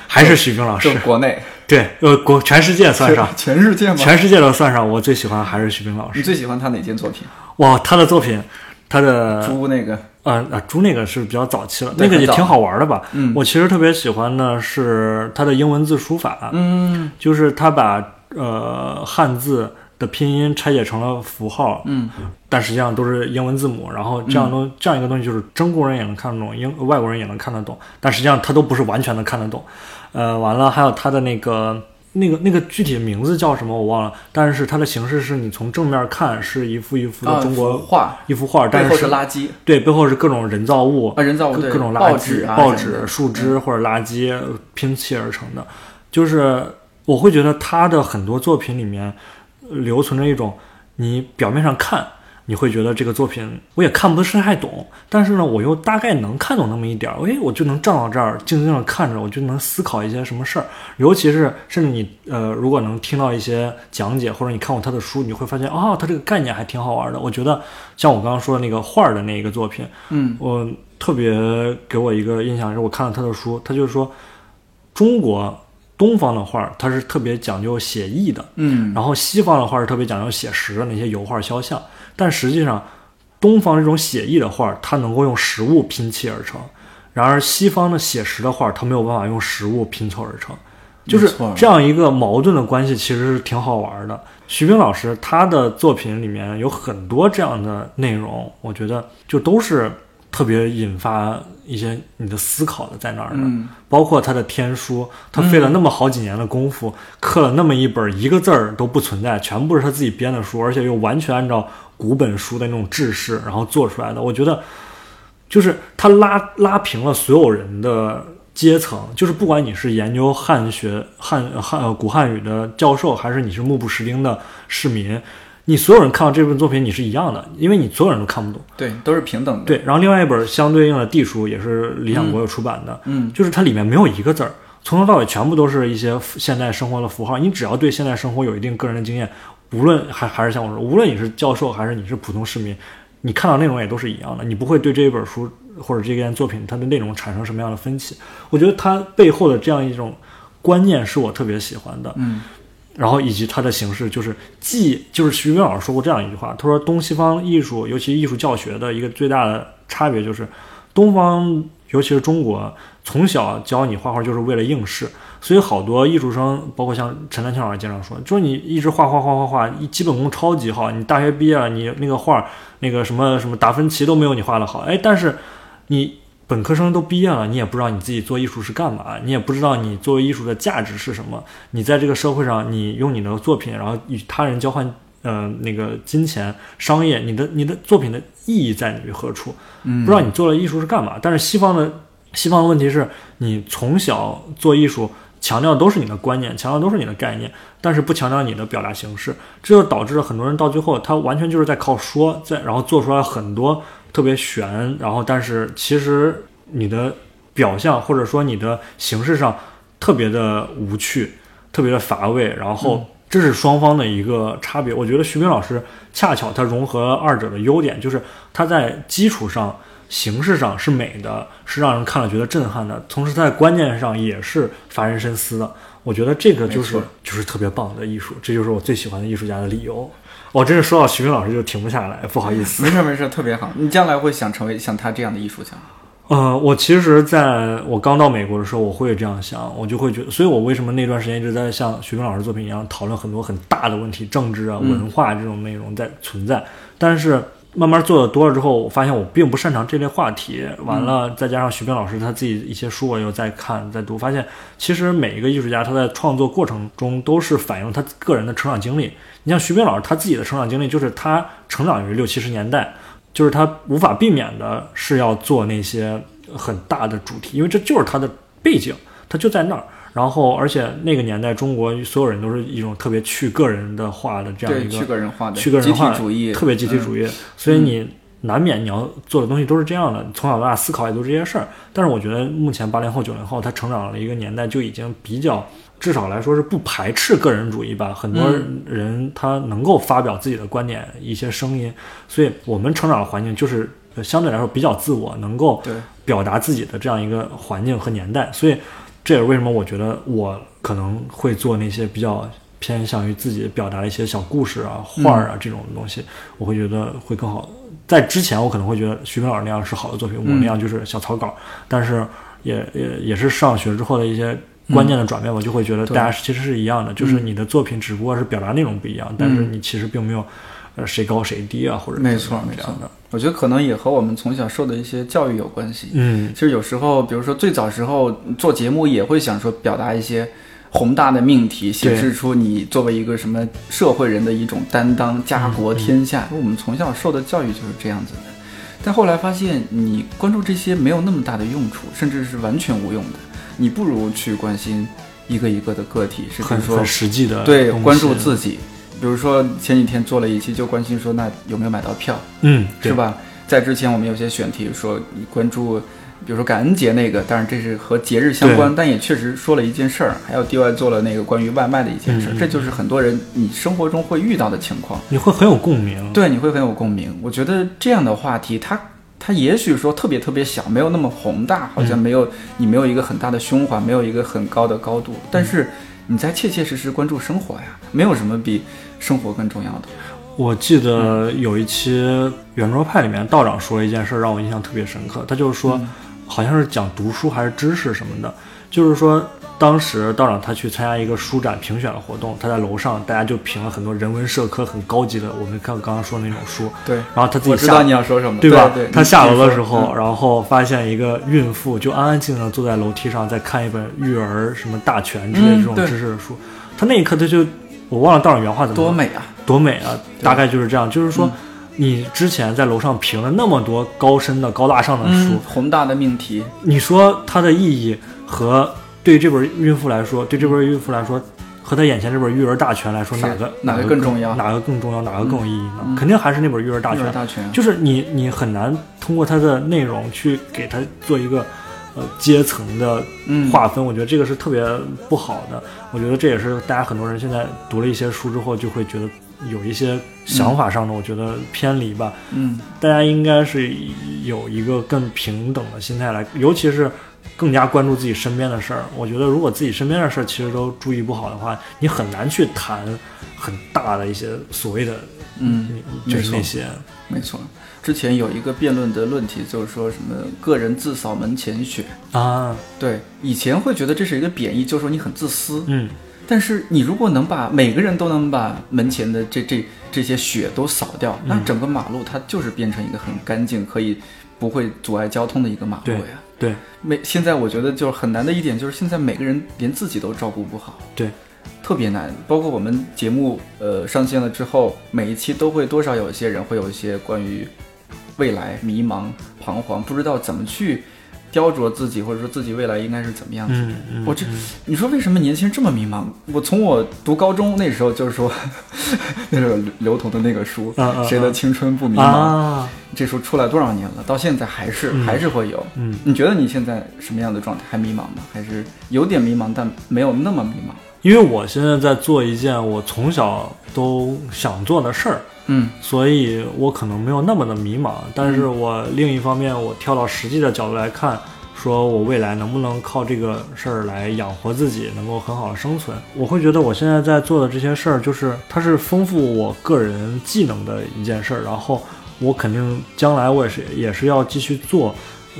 Speaker 2: 还是徐冰老
Speaker 1: 就
Speaker 2: 师。
Speaker 1: 国内，
Speaker 2: 对，呃，国全世界算上，
Speaker 1: 全世界吗？
Speaker 2: 全世界都算上，我最喜欢还是徐冰老
Speaker 1: 你
Speaker 2: 师。
Speaker 1: 最喜欢他哪件作品？
Speaker 2: 哇，他的作品，他的
Speaker 1: 猪那个，
Speaker 2: 呃啊，猪那个是比较早期了，
Speaker 1: 对
Speaker 2: 那个
Speaker 1: 很
Speaker 2: 也
Speaker 1: 早
Speaker 2: 挺好玩的吧？
Speaker 1: 嗯
Speaker 2: 我其实特别喜欢的是他的英文字书法。
Speaker 1: 嗯
Speaker 2: 就是他把呃汉字的拼音拆解成了符号，
Speaker 1: 嗯，
Speaker 2: 但实际上都是英文字母。然后这样东、这样一个东西，就是中国人也能看得懂，英外国人也能看得懂，但实际上他都不是完全的看得懂。呃，完了还有他的那个。那个那个具体的名字叫什么我忘了，但是它的形式是你从正面看是一幅一幅的
Speaker 1: 啊，
Speaker 2: 中国、
Speaker 1: 画，
Speaker 2: 一幅画，但
Speaker 1: 背
Speaker 2: 是
Speaker 1: 后
Speaker 2: 是
Speaker 1: 是垃圾
Speaker 2: 对背后是各种人造物，
Speaker 1: 啊，人造物
Speaker 2: 各
Speaker 1: 对
Speaker 2: 各种垃圾、
Speaker 1: 报纸啊，
Speaker 2: 报
Speaker 1: 什么
Speaker 2: 纸、
Speaker 1: 的
Speaker 2: 树枝或者垃圾拼砌而成的。就是我会觉得他的很多作品里面呃留存着一种，你表面上看你会觉得这个作品我也看不是太懂，但是呢，我又大概能看懂那么一点儿，哎，我就能站到这儿静静的看着，我就能思考一些什么事儿。尤其是甚至你呃，如果能听到一些讲解，或者你看过他的书，你会发现啊、他这个概念还挺好玩的。我觉得像我刚刚说的那个画儿的那个作品，
Speaker 1: 嗯
Speaker 2: 我特别给我一个印象是，我看了他的书，他就是说，中国东方的画儿它是特别讲究写意的，
Speaker 1: 嗯，
Speaker 2: 然后西方的画是特别讲究写实的那些油画肖像，但实际上东方这种写意的画，它能够用实物拼砌而成；然而西方的写实的画，它没有办法用实物拼凑而成。就是
Speaker 1: 没错
Speaker 2: 这样一个矛盾的关系，其实是挺好玩的。徐冰老师他的作品里面有很多这样的内容，我觉得就都是特别引发一些你的思考的在那儿的。
Speaker 1: 嗯
Speaker 2: 包括他的天书，他费了那么好几年的功夫，刻了那么一本一个字儿都不存在，全部是他自己编的书，而且又完全按照古本书的那种制式，然后做出来的。我觉得，就是他拉拉平了所有人的阶层，就是不管你是研究汉学汉汉呃古汉语的教授，还是你是目不识丁的市民，你所有人看到这份作品你是一样的，因为你所有人都看不懂。
Speaker 1: 对，都是平等的，
Speaker 2: 对，然后另外一本相对应的地书也是理想国有出版的，
Speaker 1: 嗯，
Speaker 2: 就是它里面没有一个字儿，从头到尾全部都是一些现代生活的符号。你只要对现代生活有一定个人的经验，无论还还是像我说，无论你是教授还是你是普通市民，你看到内容也都是一样的，你不会对这一本书或者这件作品它的内容产生什么样的分歧。我觉得它背后的这样一种观念是我特别喜欢的，
Speaker 1: 嗯，
Speaker 2: 然后以及它的形式，就是既就是徐冰老师说过这样一句话，他说东西方艺术，尤其艺术教学的一个最大的差别就是，东方尤其是中国从小教你画画就是为了应试，所以好多艺术生，包括像陈丹青老师经常说，就是你一直画画画画画，一基本功超级好，你大学毕业了，你那个画那个什么什么达芬奇都没有你画的好，哎，但是你本科生都毕业了，你也不知道你自己做艺术是干嘛，你也不知道你作为艺术的价值是什么。你在这个社会上，你用你的作品，然后与他人交换，呃，那个金钱、商业，你的你的作品的意义在于何处？
Speaker 1: 嗯
Speaker 2: 不知道你做了艺术是干嘛。但是西方的西方的问题是你从小做艺术，强调都是你的观念，强调都是你的概念，但是不强调你的表达形式，这就导致了很多人到最后，他完全就是在靠说，在然后做出来很多特别悬，然后但是其实你的表象或者说你的形式上特别的无趣，特别的乏味，然后这是双方的一个差别。我觉得徐冰老师恰巧他融合了二者的优点，就是他在基础上形式上是美的，是让人看了觉得震撼的，同时它在观念上也是发人深思的。我觉得这个就是
Speaker 1: 没错
Speaker 2: 就是特别棒的艺术，这就是我最喜欢的艺术家的理由。我、真是说到徐冰老师就停不下来，不好意思。
Speaker 1: 没事没事，特别好。你将来会想成为像他这样的艺术家吗？
Speaker 2: 呃，我其实在我刚到美国的时候，我会这样想，我就会觉得，所以我为什么那段时间一直在像徐冰老师作品一样讨论很多很大的问题，政治
Speaker 1: 嗯
Speaker 2: 啊、文化这种内容在存在。但是慢慢做的多了之后，我发现我并不擅长这类话题。
Speaker 1: 嗯
Speaker 2: 完了，再加上徐冰老师他自己一些书我又在看在读，发现其实每一个艺术家他在创作过程中都是反映他个人的成长经历。你像徐冰老师他自己的成长经历，就是他成长于六七十年代，就是他无法避免的是要做那些很大的主题，因为这就是他的背景，他就在那儿。然后，而且那个年代，中国所有人都是一种特别去个人的化的这样
Speaker 1: 对，
Speaker 2: 一个
Speaker 1: 去个人化的，
Speaker 2: 去个人化
Speaker 1: 集体主义，嗯
Speaker 2: 特别集体主义，所以你难免你要做的东西都是这样的，你从小到大思考也都是这些事儿。但是我觉得目前八零后、九零后，他成长了一个年代，就已经比较。至少来说是不排斥个人主义吧，很多
Speaker 1: 嗯
Speaker 2: 人他能够发表自己的观点、一些声音，所以我们成长的环境就是呃相对来说比较自我，能够
Speaker 1: 对
Speaker 2: 表达自己的这样一个环境和年代，所以这也是为什么我觉得我可能会做那些比较偏向于自己表达的一些小故事啊、
Speaker 1: 嗯
Speaker 2: 画儿啊、这种东西，我会觉得会更好。在之前，我可能会觉得徐冰老师那样是好的作品，
Speaker 1: 嗯
Speaker 2: 我那样就是小草稿，但是也也也是上学之后的一些。观念的
Speaker 1: 嗯
Speaker 2: 转变，我就会觉得大家其实是一样的，就是你的作品只不过是表达内容不一样，但是你其实并没有，呃，谁高谁低啊，或者
Speaker 1: 嗯没错没
Speaker 2: 这
Speaker 1: 错
Speaker 2: 样的，。
Speaker 1: 我觉得可能也和我们从小受的一些教育有关系。
Speaker 2: 嗯，
Speaker 1: 其实有时候，比如说最早时候做节目也会想说表达一些宏大的命题，显示出你作为一个什么社会人的一种担当，家国
Speaker 2: 嗯
Speaker 1: 天下。我们从小受的教育就是这样子的，但后来发现你关注这些没有那么大的用处，甚至是完全无用的。你不如去关心一个一个的个体，甚
Speaker 2: 很
Speaker 1: 至说
Speaker 2: 很实际的，
Speaker 1: 对关注，自己。比如说前几天做了一期，就关心说那有没有买到票。
Speaker 2: 嗯，对
Speaker 1: 是？吧？在之前我们有些选题说你关注，比如说感恩节那个，当然这是和节日相关，但也确实说了一件事儿，还有 DY 做了那个关于外卖的一件事儿，
Speaker 2: 嗯嗯
Speaker 1: 这就是很多人你生活中会遇到的情况，
Speaker 2: 你会很有共鸣，
Speaker 1: 对，你会很有共鸣。我觉得这样的话题，它它也许说特别特别小，没有那么宏大，好
Speaker 2: 嗯
Speaker 1: 像没有、你没有一个很大的胸怀，没有一个很高的高度，
Speaker 2: 嗯
Speaker 1: 但是你在切切实实关注生活呀，没有什么比生活更重要的。
Speaker 2: 我记得
Speaker 1: 嗯
Speaker 2: 有一期《圆桌派》里面道长说了一件事儿让我印象特别深刻，他就是
Speaker 1: 嗯
Speaker 2: 说，好像是讲读书还是知识什么的，就是说当时道长他去参加一个书展评选的活动，他在楼上大家就评了很多人文社科很高级的，我们看刚刚说的那种书，
Speaker 1: 对，
Speaker 2: 然后他自
Speaker 1: 我
Speaker 2: 己
Speaker 1: 知
Speaker 2: 下
Speaker 1: 道你要说什么，
Speaker 2: 对吧？
Speaker 1: 对，
Speaker 2: 他下楼的时
Speaker 1: 嗯
Speaker 2: 候，然后发现一个孕妇就安安静静地坐在楼梯上，在看一本育儿什么大全之类的
Speaker 1: 嗯
Speaker 2: 这种
Speaker 1: 对
Speaker 2: 知识的书。他那一刻他就，我忘了道长原话怎么
Speaker 1: 多
Speaker 2: 说
Speaker 1: 美啊！嗯
Speaker 2: 多美啊，大概就是这样。就是说，你之前在楼上评了那么多高深的、高大上的书，
Speaker 1: 嗯，宏大的命题，
Speaker 2: 你说它的意义和对这本孕妇来说，对这本孕妇来说，和她眼前这本育儿大全来说，
Speaker 1: 是
Speaker 2: 哪个
Speaker 1: 哪个
Speaker 2: 个
Speaker 1: 更重要
Speaker 2: 哪个更重要？哪个更有意义呢？
Speaker 1: 嗯
Speaker 2: 肯定还是那本育儿大
Speaker 1: 育
Speaker 2: 全
Speaker 1: 儿。大全，
Speaker 2: 就是你你很难通过它的内容去给它做一个呃阶层的
Speaker 1: 嗯，
Speaker 2: 划分，我觉得这个是特别不好的。我觉得这也是大家很多人现在读了一些书之后，就会觉得有一些想法上的，我觉得偏离吧。
Speaker 1: 嗯，
Speaker 2: 大家应该是有一个更平等的心态来，尤其是更加关注自己身边的事儿。我觉得如果自己身边的事儿其实都注意不好的话，你很难去谈很大的一些所谓的
Speaker 1: 嗯，
Speaker 2: 就
Speaker 1: 没
Speaker 2: 是
Speaker 1: 错
Speaker 2: 那些
Speaker 1: 没错。之前有一个辩论的论题，就是说什么个人自扫门前雪。
Speaker 2: 啊，
Speaker 1: 对，以前会觉得这是一个贬义，就是说你很自私。
Speaker 2: 嗯。
Speaker 1: 但是你如果能把每个人都能把门前的这这这些雪都扫掉，那整个马路它就是变成一个很干净，可以不会阻碍交通的一个马路
Speaker 2: 对
Speaker 1: 呀。
Speaker 2: 对
Speaker 1: 每现在我觉得就是很难的一点，就是现在每个人连自己都照顾不好。
Speaker 2: 对，
Speaker 1: 特别难。包括我们节目呃上线了之后，每一期都会多少有一些人会有一些关于未来迷茫、彷徨，不知道怎么去雕琢自己，或者说自己未来应该是怎么样子。
Speaker 2: 嗯嗯，
Speaker 1: 我这你说为什么年轻人这么迷茫？我从我读高中那时候就是说， [LAUGHS] 那时候刘同的那个书
Speaker 2: 嗯嗯
Speaker 1: 《谁的青春不迷茫》
Speaker 2: 啊，
Speaker 1: 这书出来多少年了，到现在还是、还是会有。
Speaker 2: 嗯，
Speaker 1: 你觉得你现在什么样的状态？还迷茫吗？还是有点迷茫，但没有那么迷茫？
Speaker 2: 因因为我现在在做一件我从小都想做的事儿，
Speaker 1: 嗯
Speaker 2: 所以我可能没有那么的迷茫。但是我另一方面，我跳到实际的角度来看，说我未来能不能靠这个事儿来养活自己，能够很好的生存，我会觉得我现在在做的这些事儿，就是它是丰富我个人技能的一件事儿。然后我肯定将来我也是也是要继续做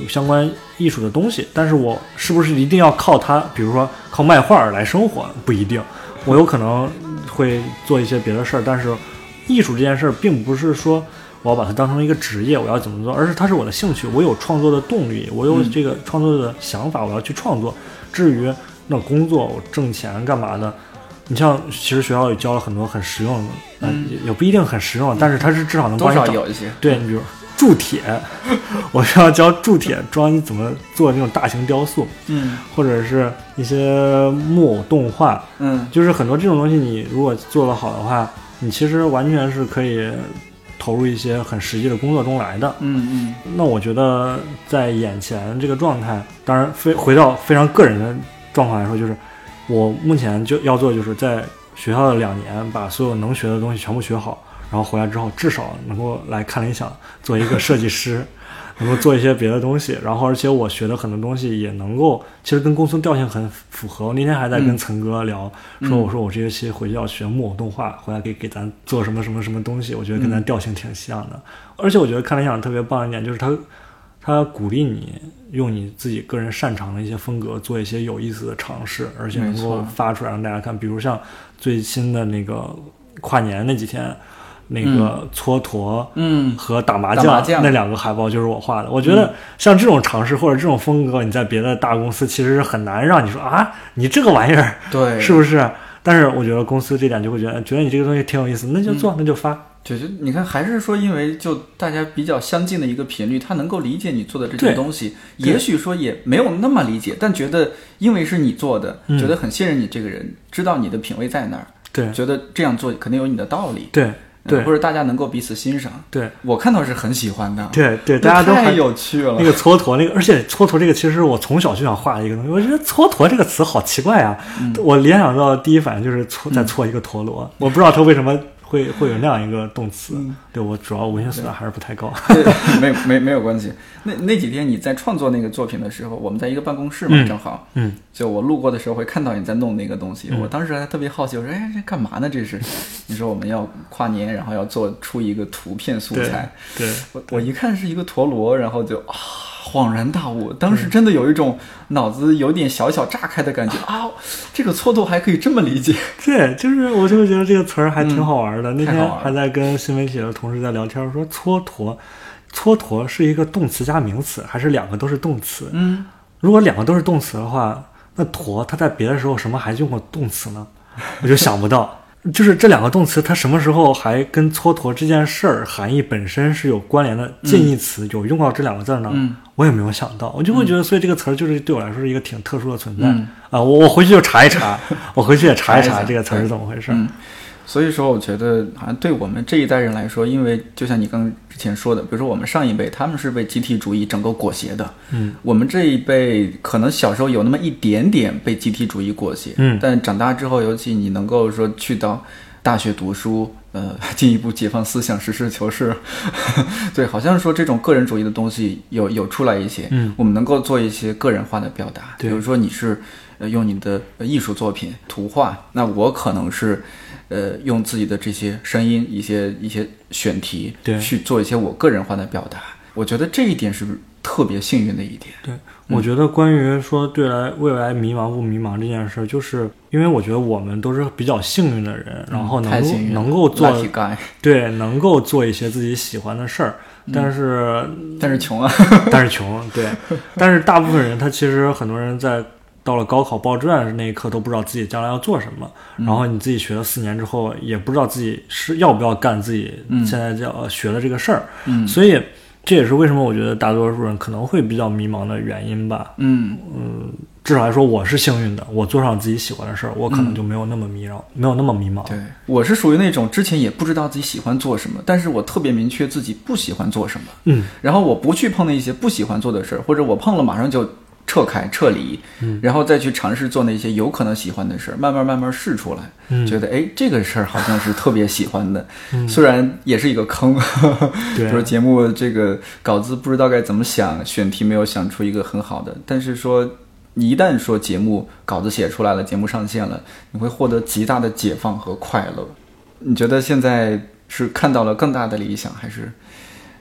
Speaker 2: 相关艺术的东西，但是我是不是一定要靠它，比如说靠卖画儿来生活，不一定。我有可能会做一些别的事儿，但是艺术这件事儿并不是说我要把它当成一个职业，我要怎么做，而是它是我的兴趣，我有创作的动力，我
Speaker 1: 嗯
Speaker 2: 有这个创作的想法，我要去创作。至于那工作，我挣钱干嘛的？你像，其实学校也教了很多很实用的，呃
Speaker 1: 嗯
Speaker 2: 也也不一定很实用，但是它是至少能
Speaker 1: 多
Speaker 2: 帮你
Speaker 1: 少
Speaker 2: 找
Speaker 1: 有一些，
Speaker 2: 对你比如铸铁， [LAUGHS] 我是要教铸铁装你怎么做那种大型雕塑，
Speaker 1: 嗯
Speaker 2: 或者是一些木偶动画，
Speaker 1: 嗯
Speaker 2: 就是很多这种东西，你如果做得好的话，你其实完全是可以投入一些很实际的工作中来的。
Speaker 1: 嗯
Speaker 2: 那我觉得在眼前这个状态，当然非回到非常个人的状况来说，就是我目前就要做，就是在学校的两年把所有能学的东西全部学好，然后回来之后至少能够来看理想，做一个设计师，能够做一些别的东西。然后而且我学的很多东西也能够，其实跟公司调性很符合。我那天还在跟
Speaker 1: 嗯
Speaker 2: 岑哥聊，
Speaker 1: 嗯
Speaker 2: 说我说我这学期回去要学木偶动画，回来给给咱做什么什么什么东西，我觉得跟咱
Speaker 1: 嗯
Speaker 2: 调性挺像的。而且我觉得看理想特别棒一点就是它。他鼓励你用你自己个人擅长的一些风格做一些有意思的尝试，而且能够
Speaker 1: 没错
Speaker 2: 发出来让大家看。比如像最新的那个跨年那几天，那个蹉跎
Speaker 1: 嗯
Speaker 2: 和打麻
Speaker 1: 打麻将嗯
Speaker 2: 那两个海报就是我画的。我觉得像这种尝试或者这种风格，你在别的大公司其实是很难让你说啊，你这个玩意儿
Speaker 1: 嗯，对，
Speaker 2: 是不是？但是我觉得公司这点就会觉得，觉得你这个东西挺有意思，那就
Speaker 1: 嗯
Speaker 2: 做，那就发。
Speaker 1: 对，就你看，还是说，因为就大家比较相近的一个频率，他能够理解你做的这
Speaker 2: 对
Speaker 1: 些东西，
Speaker 2: 对
Speaker 1: 也许说也没有那么理解，但觉得因为是你做的，
Speaker 2: 嗯
Speaker 1: 觉得很信任你这个人，知道你的品味在哪儿，
Speaker 2: 对
Speaker 1: 觉得这样做肯定有你的道理，
Speaker 2: 对
Speaker 1: 嗯
Speaker 2: 对
Speaker 1: 或者大家能够彼此欣赏。
Speaker 2: 对
Speaker 1: 我看到是很喜欢的，
Speaker 2: 对对，
Speaker 1: 那
Speaker 2: 大家都
Speaker 1: 太
Speaker 2: 很
Speaker 1: 有趣了
Speaker 2: 那。个蹉跎，那个而且蹉跎这个其实是我从小就想画的一个东西。我觉得蹉跎这个词好奇怪啊！
Speaker 1: 嗯
Speaker 2: 我联想到第一反应就是搓在搓一个陀螺，我不知道它为什么会会有那样一个动词。
Speaker 1: 嗯
Speaker 2: 对我主要文学素养还是不太高。
Speaker 1: 对， [LAUGHS] 没没没有关系。那那几天你在创作那个作品的时候，我们在一个办公室嘛，
Speaker 2: 嗯
Speaker 1: 正好，
Speaker 2: 嗯，
Speaker 1: 就我路过的时候会看到你在弄那个东西，我当时还特别好奇，我说：“哎，这干嘛呢？这是？”你说我们要跨年，然后要做出一个图片素
Speaker 2: 对
Speaker 1: 材。
Speaker 2: 对
Speaker 1: 我我一看是一个陀螺，然后就啊恍然大悟，当时真的有一种脑子有点小小炸开的感觉啊！这个错度还可以这么理解，
Speaker 2: [LAUGHS] 对，就是我就觉得这个词儿还挺好玩的。那
Speaker 1: 嗯太好
Speaker 2: 天
Speaker 1: 玩了
Speaker 2: 还在跟新媒体的同事在聊天，说蹉跎，蹉跎是一个动词加名词，还是两个都是动词？
Speaker 1: 嗯，
Speaker 2: 如果两个都是动词的话，那驼它在别的时候什么还用过动词呢？我就想不到， [LAUGHS] 就是这两个动词它什么时候还跟蹉跎这件事儿含义本身是有关联的，近义词有用到这两个字儿呢？
Speaker 1: 嗯
Speaker 2: 我也没有想到，我就会觉得，所以这个词儿就是对我来说是一个挺特殊的存在啊、
Speaker 1: 嗯
Speaker 2: 我我回去就查一查， [LAUGHS] 我回去也查一
Speaker 1: 查
Speaker 2: 查
Speaker 1: 一查
Speaker 2: 这个词儿是怎么回事。
Speaker 1: 嗯，所以说我觉得好像对我们这一代人来说，因为就像你刚之前说的，比如说我们上一辈他们是被集体主义整个裹挟的，
Speaker 2: 嗯，
Speaker 1: 我们这一辈可能小时候有那么一点点被集体主义裹挟，
Speaker 2: 嗯
Speaker 1: 但长大之后，尤其你能够说去到大学读书，呃，进一步解放思想，实事求是， [LAUGHS] 对，好像说这种个人主义的东西有有出来一些，
Speaker 2: 嗯，
Speaker 1: 我们能够做一些个人化的表达，
Speaker 2: 对
Speaker 1: 比如说你是呃用你的呃艺术作品、图画，那我可能是。呃，用自己的这些声音、一些一些选题，
Speaker 2: 对
Speaker 1: 去做一些我个人化的表达，我觉得这一点是特别幸运的一点。
Speaker 2: 对，我觉得关于说对来未来迷茫不迷茫这件事儿，就是因为我觉得我们都是比较幸运的人，然后能
Speaker 1: 太
Speaker 2: 够
Speaker 1: 幸运了
Speaker 2: 能够做
Speaker 1: lucky guy，
Speaker 2: 对，能够做一些自己喜欢的事儿，
Speaker 1: 嗯
Speaker 2: 但是、
Speaker 1: 但是
Speaker 2: [LAUGHS]
Speaker 1: 穷啊。
Speaker 2: 但是穷，
Speaker 1: [LAUGHS]
Speaker 2: 对，但是大部分人他其实很多人在到了高考报志愿那一刻都不知道自己将来要做什么，
Speaker 1: 嗯
Speaker 2: 然后你自己学了四年之后也不知道自己是要不要干自己
Speaker 1: 嗯
Speaker 2: 现在要呃学的这个事儿，
Speaker 1: 嗯
Speaker 2: 所以这也是为什么我觉得大多数人可能会比较迷茫的原因吧。
Speaker 1: 嗯
Speaker 2: 至少来说，我是幸运的，我做上自己喜欢的事儿，我可能就没有那么迷茫，没有那么迷茫。，
Speaker 1: 嗯对，我是属于那种之前也不知道自己喜欢做什么，但是我特别明确自己不喜欢做什么，
Speaker 2: 嗯，
Speaker 1: 然后我不去碰那些不喜欢做的事儿，或者我碰了马上就撤开、撤离，然后再去尝试做那些有可能喜欢的事儿，慢慢慢慢试出来，
Speaker 2: 嗯
Speaker 1: 觉得哎，这个事儿好像是特别喜欢的， [LAUGHS] 虽然也是一个坑， [LAUGHS] 比
Speaker 2: 对
Speaker 1: 如说节目这个稿子不知道该怎么想，选题没有想出一个很好的，但是说你一旦说节目稿子写出来了，节目上线了，你会获得极大的解放和快乐。你觉得现在是看到了更大的理想，还是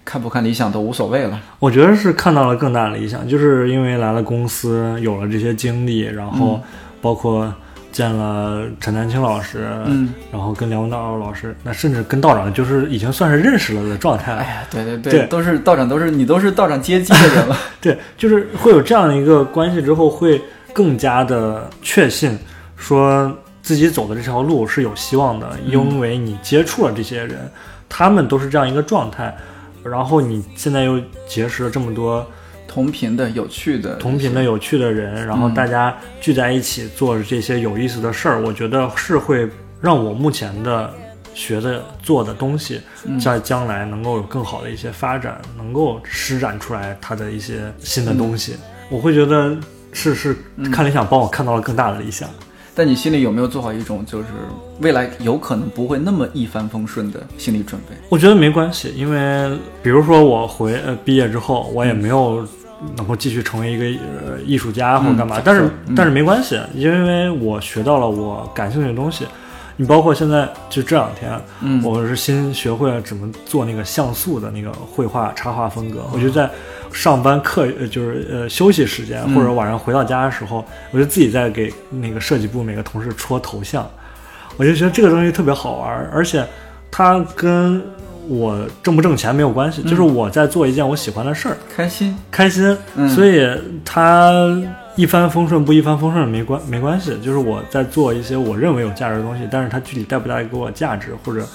Speaker 1: 看不看理想都无所谓了？
Speaker 2: 我觉得是看到了更大的理想，就是因为来了公司，有了这些经历，然
Speaker 1: 嗯
Speaker 2: 后包括见了陈丹青老师，
Speaker 1: 嗯，
Speaker 2: 然后跟梁文道老师，那甚至跟道长，就是已经算是认识了的状态了
Speaker 1: [LAUGHS] 哎。呀，对对对，
Speaker 2: 对
Speaker 1: 都是道长，都是你都是道长接机的人了。 [LAUGHS]
Speaker 2: 对，就是会有这样一个关系之后，会更加的确信，说自己走的这条路是有希望的，
Speaker 1: 嗯
Speaker 2: 因为你接触了这些人，他们都是这样一个状态，然后你现在又结识了这么多
Speaker 1: 同频的、有趣的，
Speaker 2: 同频的、有趣的人，然后大家聚在一起做这些有意思的事儿，我觉得是会让我目前的学的做的东西，
Speaker 1: 嗯
Speaker 2: 在将来能够有更好的一些发展，能够施展出来它的一些新的东西。我会觉得是是看理想帮我看到了更大的理想。
Speaker 1: 但你心里有没有做好一种就是未来有可能不会那么一帆风顺的心理准备？
Speaker 2: 我觉得没关系，因为比如说我回呃毕业之后，我也没有能够继续成为一个呃艺术家或者干嘛，但是、但是没关系，因为我学到了我感兴趣的东西。你包括现在就这两天，
Speaker 1: 嗯
Speaker 2: 我是新学会了怎么做那个像素的那个绘画插画风格。我就在上班课呃就是呃休息时间或者晚上回到家的时候，我就自己在给那个设计部每个同事戳头像。我就觉得这个东西特别好玩儿，而且它跟我挣不挣钱没有关系，就是我在做一件我喜欢的事儿，
Speaker 1: 开心，
Speaker 2: 开心，
Speaker 1: 嗯
Speaker 2: 所以它一帆风顺不一帆风顺没关没关系，就是我在做一些我认为有价值的东西，但是它具体带不带给我价值或者。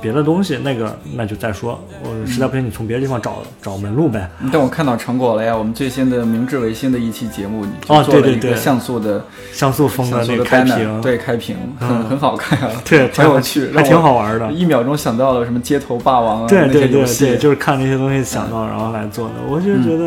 Speaker 2: 别的东西，那个那就再说。我实在
Speaker 1: 嗯
Speaker 2: 不行，你从别的地方找找门路呗。
Speaker 1: 但我看到成果了呀！我们最新的明治维新的一期节目，你就
Speaker 2: 哦
Speaker 1: 做了
Speaker 2: 对对
Speaker 1: 一个
Speaker 2: 对
Speaker 1: 像素的、
Speaker 2: 像素风
Speaker 1: 像
Speaker 2: 的
Speaker 1: 素
Speaker 2: 那
Speaker 1: 的
Speaker 2: 个开
Speaker 1: banner，
Speaker 2: 屏，
Speaker 1: 对开屏，很、
Speaker 2: 嗯
Speaker 1: 很好看啊， [LAUGHS]
Speaker 2: 对，
Speaker 1: 很有趣，
Speaker 2: 还
Speaker 1: 让
Speaker 2: 挺
Speaker 1: 我
Speaker 2: 好玩的。
Speaker 1: 一秒钟想到了什么街头霸王啊，
Speaker 2: 对
Speaker 1: 那
Speaker 2: 对
Speaker 1: 些游
Speaker 2: 对
Speaker 1: 戏，嗯
Speaker 2: 对，就是看那些东西想到然后来做的，我就觉得，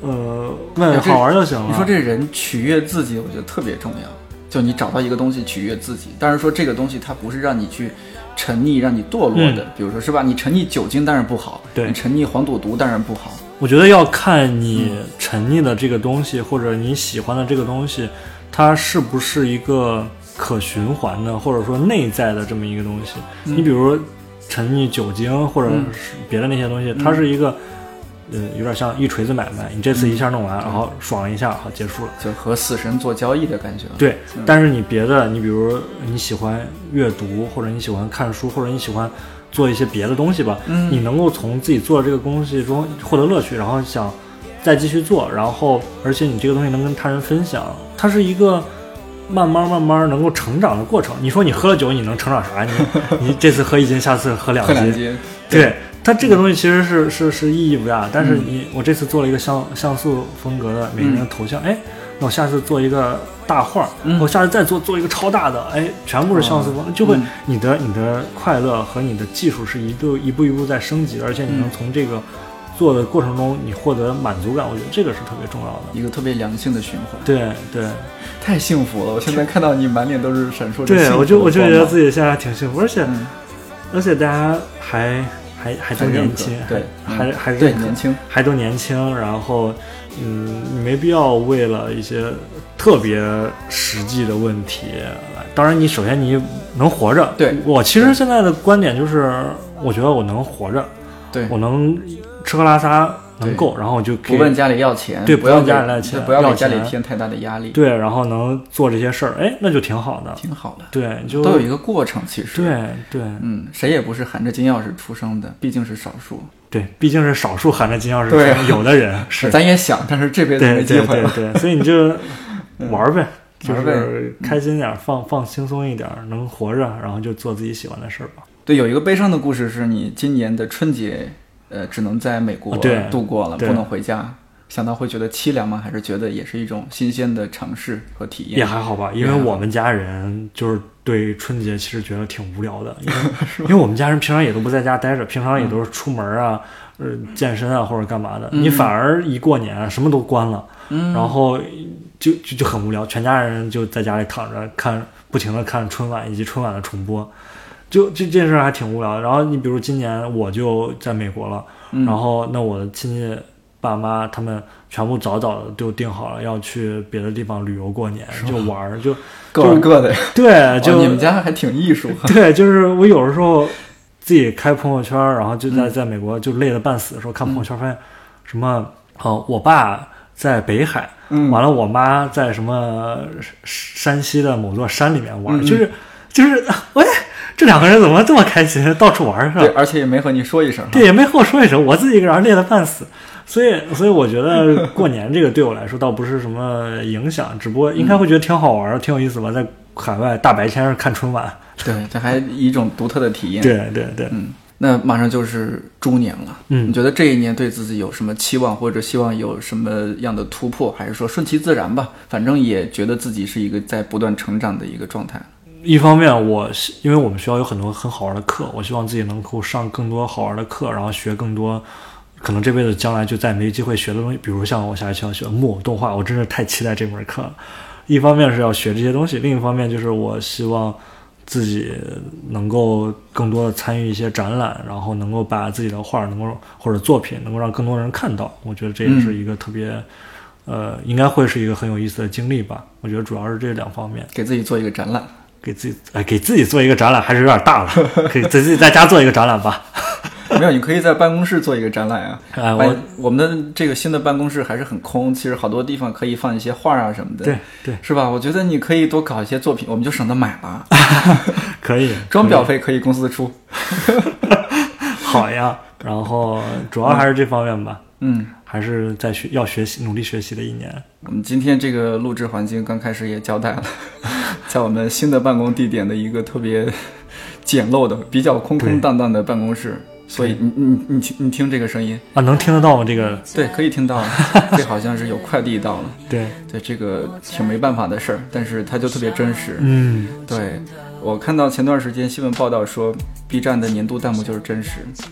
Speaker 2: 呃，
Speaker 1: 哎
Speaker 2: 问
Speaker 1: 这
Speaker 2: 好玩就行了。
Speaker 1: 你说这人取悦自己，我觉得特别重要。就你找到一个东西取悦自己，当然说这个东西它不是让你去沉溺、让你堕落的，比如说是吧？你沉溺酒精当然不好，
Speaker 2: 嗯对
Speaker 1: 你沉溺黄赌毒当然不好，
Speaker 2: 我觉得要看你
Speaker 1: 嗯
Speaker 2: 沉溺的这个东西，或者你喜欢的这个东西，它是不是一个可循环的，或者说内在的这么一个东西。你比如说沉溺酒精或者
Speaker 1: 嗯
Speaker 2: 是别的那些东西，它是一个。呃，有点像一锤子买卖，你这次一下弄
Speaker 1: 嗯
Speaker 2: 完，然后爽一下，好结束了。
Speaker 1: 就和死神做交易的嗯感觉。，
Speaker 2: 对，但是你别的，你比如你喜欢阅读，或者你喜欢看书，或者你喜欢做一些别的东西吧，
Speaker 1: 嗯
Speaker 2: 你能够从自己做的这个东西中获得乐趣，然后想再继续做，然后而且你这个东西能跟他人分享，它是一个。慢慢慢慢能够成长的过程。你说你喝了酒，你能成长啥？你你这次喝一斤，下次喝
Speaker 1: [LAUGHS]
Speaker 2: 两
Speaker 1: 喝
Speaker 2: 斤，
Speaker 1: 两斤，
Speaker 2: 对它这个东西其实是是是意义不大，但是
Speaker 1: 嗯
Speaker 2: 你、我这次做了一个像像素风格的每个人的头像，哎、那我下次做一个大画儿，
Speaker 1: 嗯
Speaker 2: 我下次再做做一个超大的，哎，全部是像素风，就会、
Speaker 1: 嗯
Speaker 2: 你的你的快乐和你的技术是一步一步一步在升级的，而且你能
Speaker 1: 嗯
Speaker 2: 从这个做的过程中你获得满足感，我觉得这个是特别重要的。
Speaker 1: 一个特别良性的循环，
Speaker 2: 对对
Speaker 1: 太幸福了！我现在看到你满脸都是闪烁着幸
Speaker 2: 对，
Speaker 1: 福
Speaker 2: 我就我就觉得自
Speaker 1: 己
Speaker 2: 己现在还挺幸福，而且、
Speaker 1: 嗯
Speaker 2: 而且大家还还还都
Speaker 1: 很认
Speaker 2: 年
Speaker 1: 可
Speaker 2: 轻，
Speaker 1: 对
Speaker 2: 还还
Speaker 1: 嗯
Speaker 2: 还是
Speaker 1: 对
Speaker 2: 很
Speaker 1: 年轻，
Speaker 2: 还都年轻，然后，嗯，你没必要为了一些特别实际的问题来。当然，你首先你能活着。
Speaker 1: 对
Speaker 2: 我其实现在的观点就是，我觉得我能活着，
Speaker 1: 对，
Speaker 2: 我能吃喝拉撒能
Speaker 1: 对
Speaker 2: 够，然后我就可
Speaker 1: 不
Speaker 2: 以
Speaker 1: 问家里要钱，
Speaker 2: 对
Speaker 1: 不要
Speaker 2: 不问家
Speaker 1: 给
Speaker 2: 里要钱
Speaker 1: 不要
Speaker 2: 要
Speaker 1: 给家里
Speaker 2: 钱
Speaker 1: 添太大的压力，，
Speaker 2: 对，然后能做这些事儿，哎，那就挺好的。
Speaker 1: 挺好的，
Speaker 2: 对，就
Speaker 1: 都有一个过程，其实，
Speaker 2: 对对
Speaker 1: 嗯，谁也不是含着金钥匙出生的，毕竟是少数。
Speaker 2: 对，毕竟是少数含着金钥匙
Speaker 1: 对啊
Speaker 2: 有的人是
Speaker 1: 咱也想， [LAUGHS] 但是这辈子
Speaker 2: 对
Speaker 1: 没机
Speaker 2: 对
Speaker 1: 会
Speaker 2: 对
Speaker 1: 了。嗯
Speaker 2: 对，所以你就玩儿呗，就
Speaker 1: 玩儿呗嗯
Speaker 2: 是开心点儿，放放轻松一点儿，能活着，然后就做自己喜欢的事儿吧。
Speaker 1: 对有一个悲伤的故事是你今年的春节，呃，只能在美国
Speaker 2: 啊对
Speaker 1: 度过了，
Speaker 2: 对
Speaker 1: 不能回家。想到会觉得凄凉吗？还是觉得也是一种新鲜的尝试和体验？
Speaker 2: 也还好吧，因
Speaker 1: 也
Speaker 2: 为
Speaker 1: 还好
Speaker 2: 我们家人就是对春节其实觉得挺无聊的，因
Speaker 1: [LAUGHS]
Speaker 2: 为因为我们家人平常也都不在家待着，平
Speaker 1: 嗯
Speaker 2: 常也都是出门啊，呃，健身啊或者干嘛的。你反而一过年什么都关了，
Speaker 1: 嗯
Speaker 2: 然后就就就很无聊，全家人就在家里躺着看，不停的看春晚以及春晚的重播，就这件事儿还挺无聊的。然后你比如今年我就在美国了，
Speaker 1: 嗯
Speaker 2: 然后那我的亲戚爸妈他们全部早早的就定好了要去别的地方旅游过年，就玩儿，就
Speaker 1: 各玩各的，
Speaker 2: 对，
Speaker 1: 哇
Speaker 2: 就
Speaker 1: 哦你们家还挺艺术。
Speaker 2: 对，就是我有的时候自己开朋友圈儿，然后就
Speaker 1: 嗯
Speaker 2: 在在美国就累得半死的时候看朋友圈儿，发现什么啊、呃我爸在北海，
Speaker 1: 嗯
Speaker 2: 完了我妈在什么山山西的某座山里面玩儿，
Speaker 1: 嗯嗯
Speaker 2: 就是就是喂，这两个人怎么这么开心，到处玩儿是吧
Speaker 1: 对，？而且也没和你说一声。
Speaker 2: 对，也没和我说一声，我自己一个人累得半死。所以，所以我觉得过年这个对我来说倒不是什么影响，只不过
Speaker 1: 嗯
Speaker 2: 应该会觉得挺好玩儿、挺有意思吧，在海外大白天儿看春晚。
Speaker 1: 对，这还一种独特的体验。，
Speaker 2: 对对对，
Speaker 1: 嗯，那马上就是猪年了，
Speaker 2: 嗯
Speaker 1: 你觉得这一年对自己有什么期望，或者希望有什么样的突破，还是说顺其自然吧？反正也觉得自己是一个在不断成长的一个状态。
Speaker 2: 一方面我希因为我们学校有很多很好玩的课，我希望自己能够上更多好玩的课，然后学更多可能这辈子将来就再没机会学的东西，比如像我下学期要学木偶动画，我真是太期待这门课了。一方面是要学这些东西，另一方面就是我希望自己能够更多的参与一些展览，然后能够把自己的画儿能够或者作品能够让更多人看到，我觉得这也是一个特别、呃，应该会是一个很有意思的经历吧。我觉得主要是这两方面。
Speaker 1: 给自己做一个展览，
Speaker 2: 给自己哎，给自己做一个展览还是有点大了，
Speaker 1: [LAUGHS]
Speaker 2: 给自己在家做一个展览吧。
Speaker 1: 没有，你可以在办公室做一个展览
Speaker 2: [LAUGHS]
Speaker 1: 啊。
Speaker 2: 哎，我
Speaker 1: 办我们的这个新的办公室还是很空，其实好多地方可以放一些画啊什么的，
Speaker 2: 对对，
Speaker 1: 是吧？我觉得你可以多搞一些作品，我们就省得买了，
Speaker 2: 可以
Speaker 1: 装
Speaker 2: [LAUGHS]
Speaker 1: 裱费可以公司出。
Speaker 2: 好呀。然后主要还是这方面吧，
Speaker 1: 嗯，
Speaker 2: 还是在学要学习努力学习的一年。
Speaker 1: 我们今天这个录制环境刚开始也交代了， [LAUGHS] 在我们新的办公地点的一个特别简陋的、比较空空荡荡的办公室，所以你你你听你听这个声音，
Speaker 2: 啊，能听得到吗？这个
Speaker 1: 对，可以听
Speaker 2: [LAUGHS]
Speaker 1: 到了，这好像是有快递到了，
Speaker 2: 对，
Speaker 1: 对，这个挺没办法的事儿，但是它就特别真实。
Speaker 2: 嗯，
Speaker 1: 对，我看到前段时间新闻报道说，B 站的年度弹幕就是真实。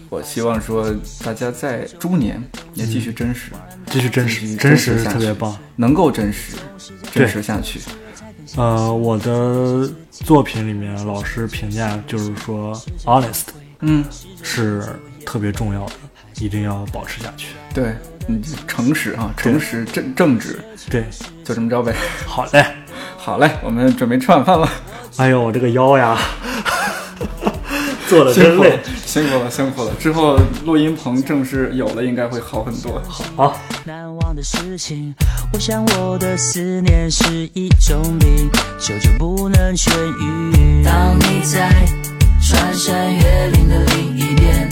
Speaker 1: 我希望说大家在猪年也继
Speaker 2: 嗯
Speaker 1: 续真实，
Speaker 2: 这是真实，
Speaker 1: 嗯
Speaker 2: 真实
Speaker 1: 真实下去
Speaker 2: 特别棒。
Speaker 1: 能够真实，
Speaker 2: 对
Speaker 1: 真实下去。
Speaker 2: 呃，我的作品里面老师评价就是说，honest
Speaker 1: 嗯，
Speaker 2: 是特别重要的，一定要保持下去。
Speaker 1: 对，嗯，诚实啊，诚实正正直，
Speaker 2: 对，
Speaker 1: 就这么着呗。 [LAUGHS]
Speaker 2: 好嘞。
Speaker 1: 好嘞，我们准备吃晚饭了，
Speaker 2: 哎呦，我这个腰呀， [LAUGHS] 做的
Speaker 1: 辛
Speaker 2: 真
Speaker 1: 苦
Speaker 2: 累
Speaker 1: 了。，辛苦了，辛苦了。之后录音棚正式有了，应该会好很多。
Speaker 2: 好，
Speaker 3: 难忘的事情。我想我的思念是一种病，久久不能痊愈。当你在穿山越岭的另一边，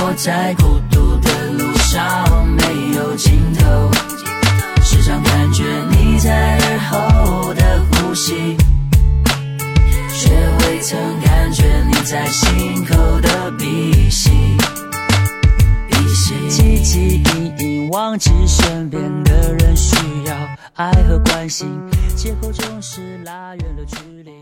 Speaker 3: 我在孤独的路上没有尽头，时常感觉你在耳后的呼吸。却未曾感觉你在心口的鼻息。汲汲营营，忘记身边的人需要爱和关心，借口总是拉远了距离。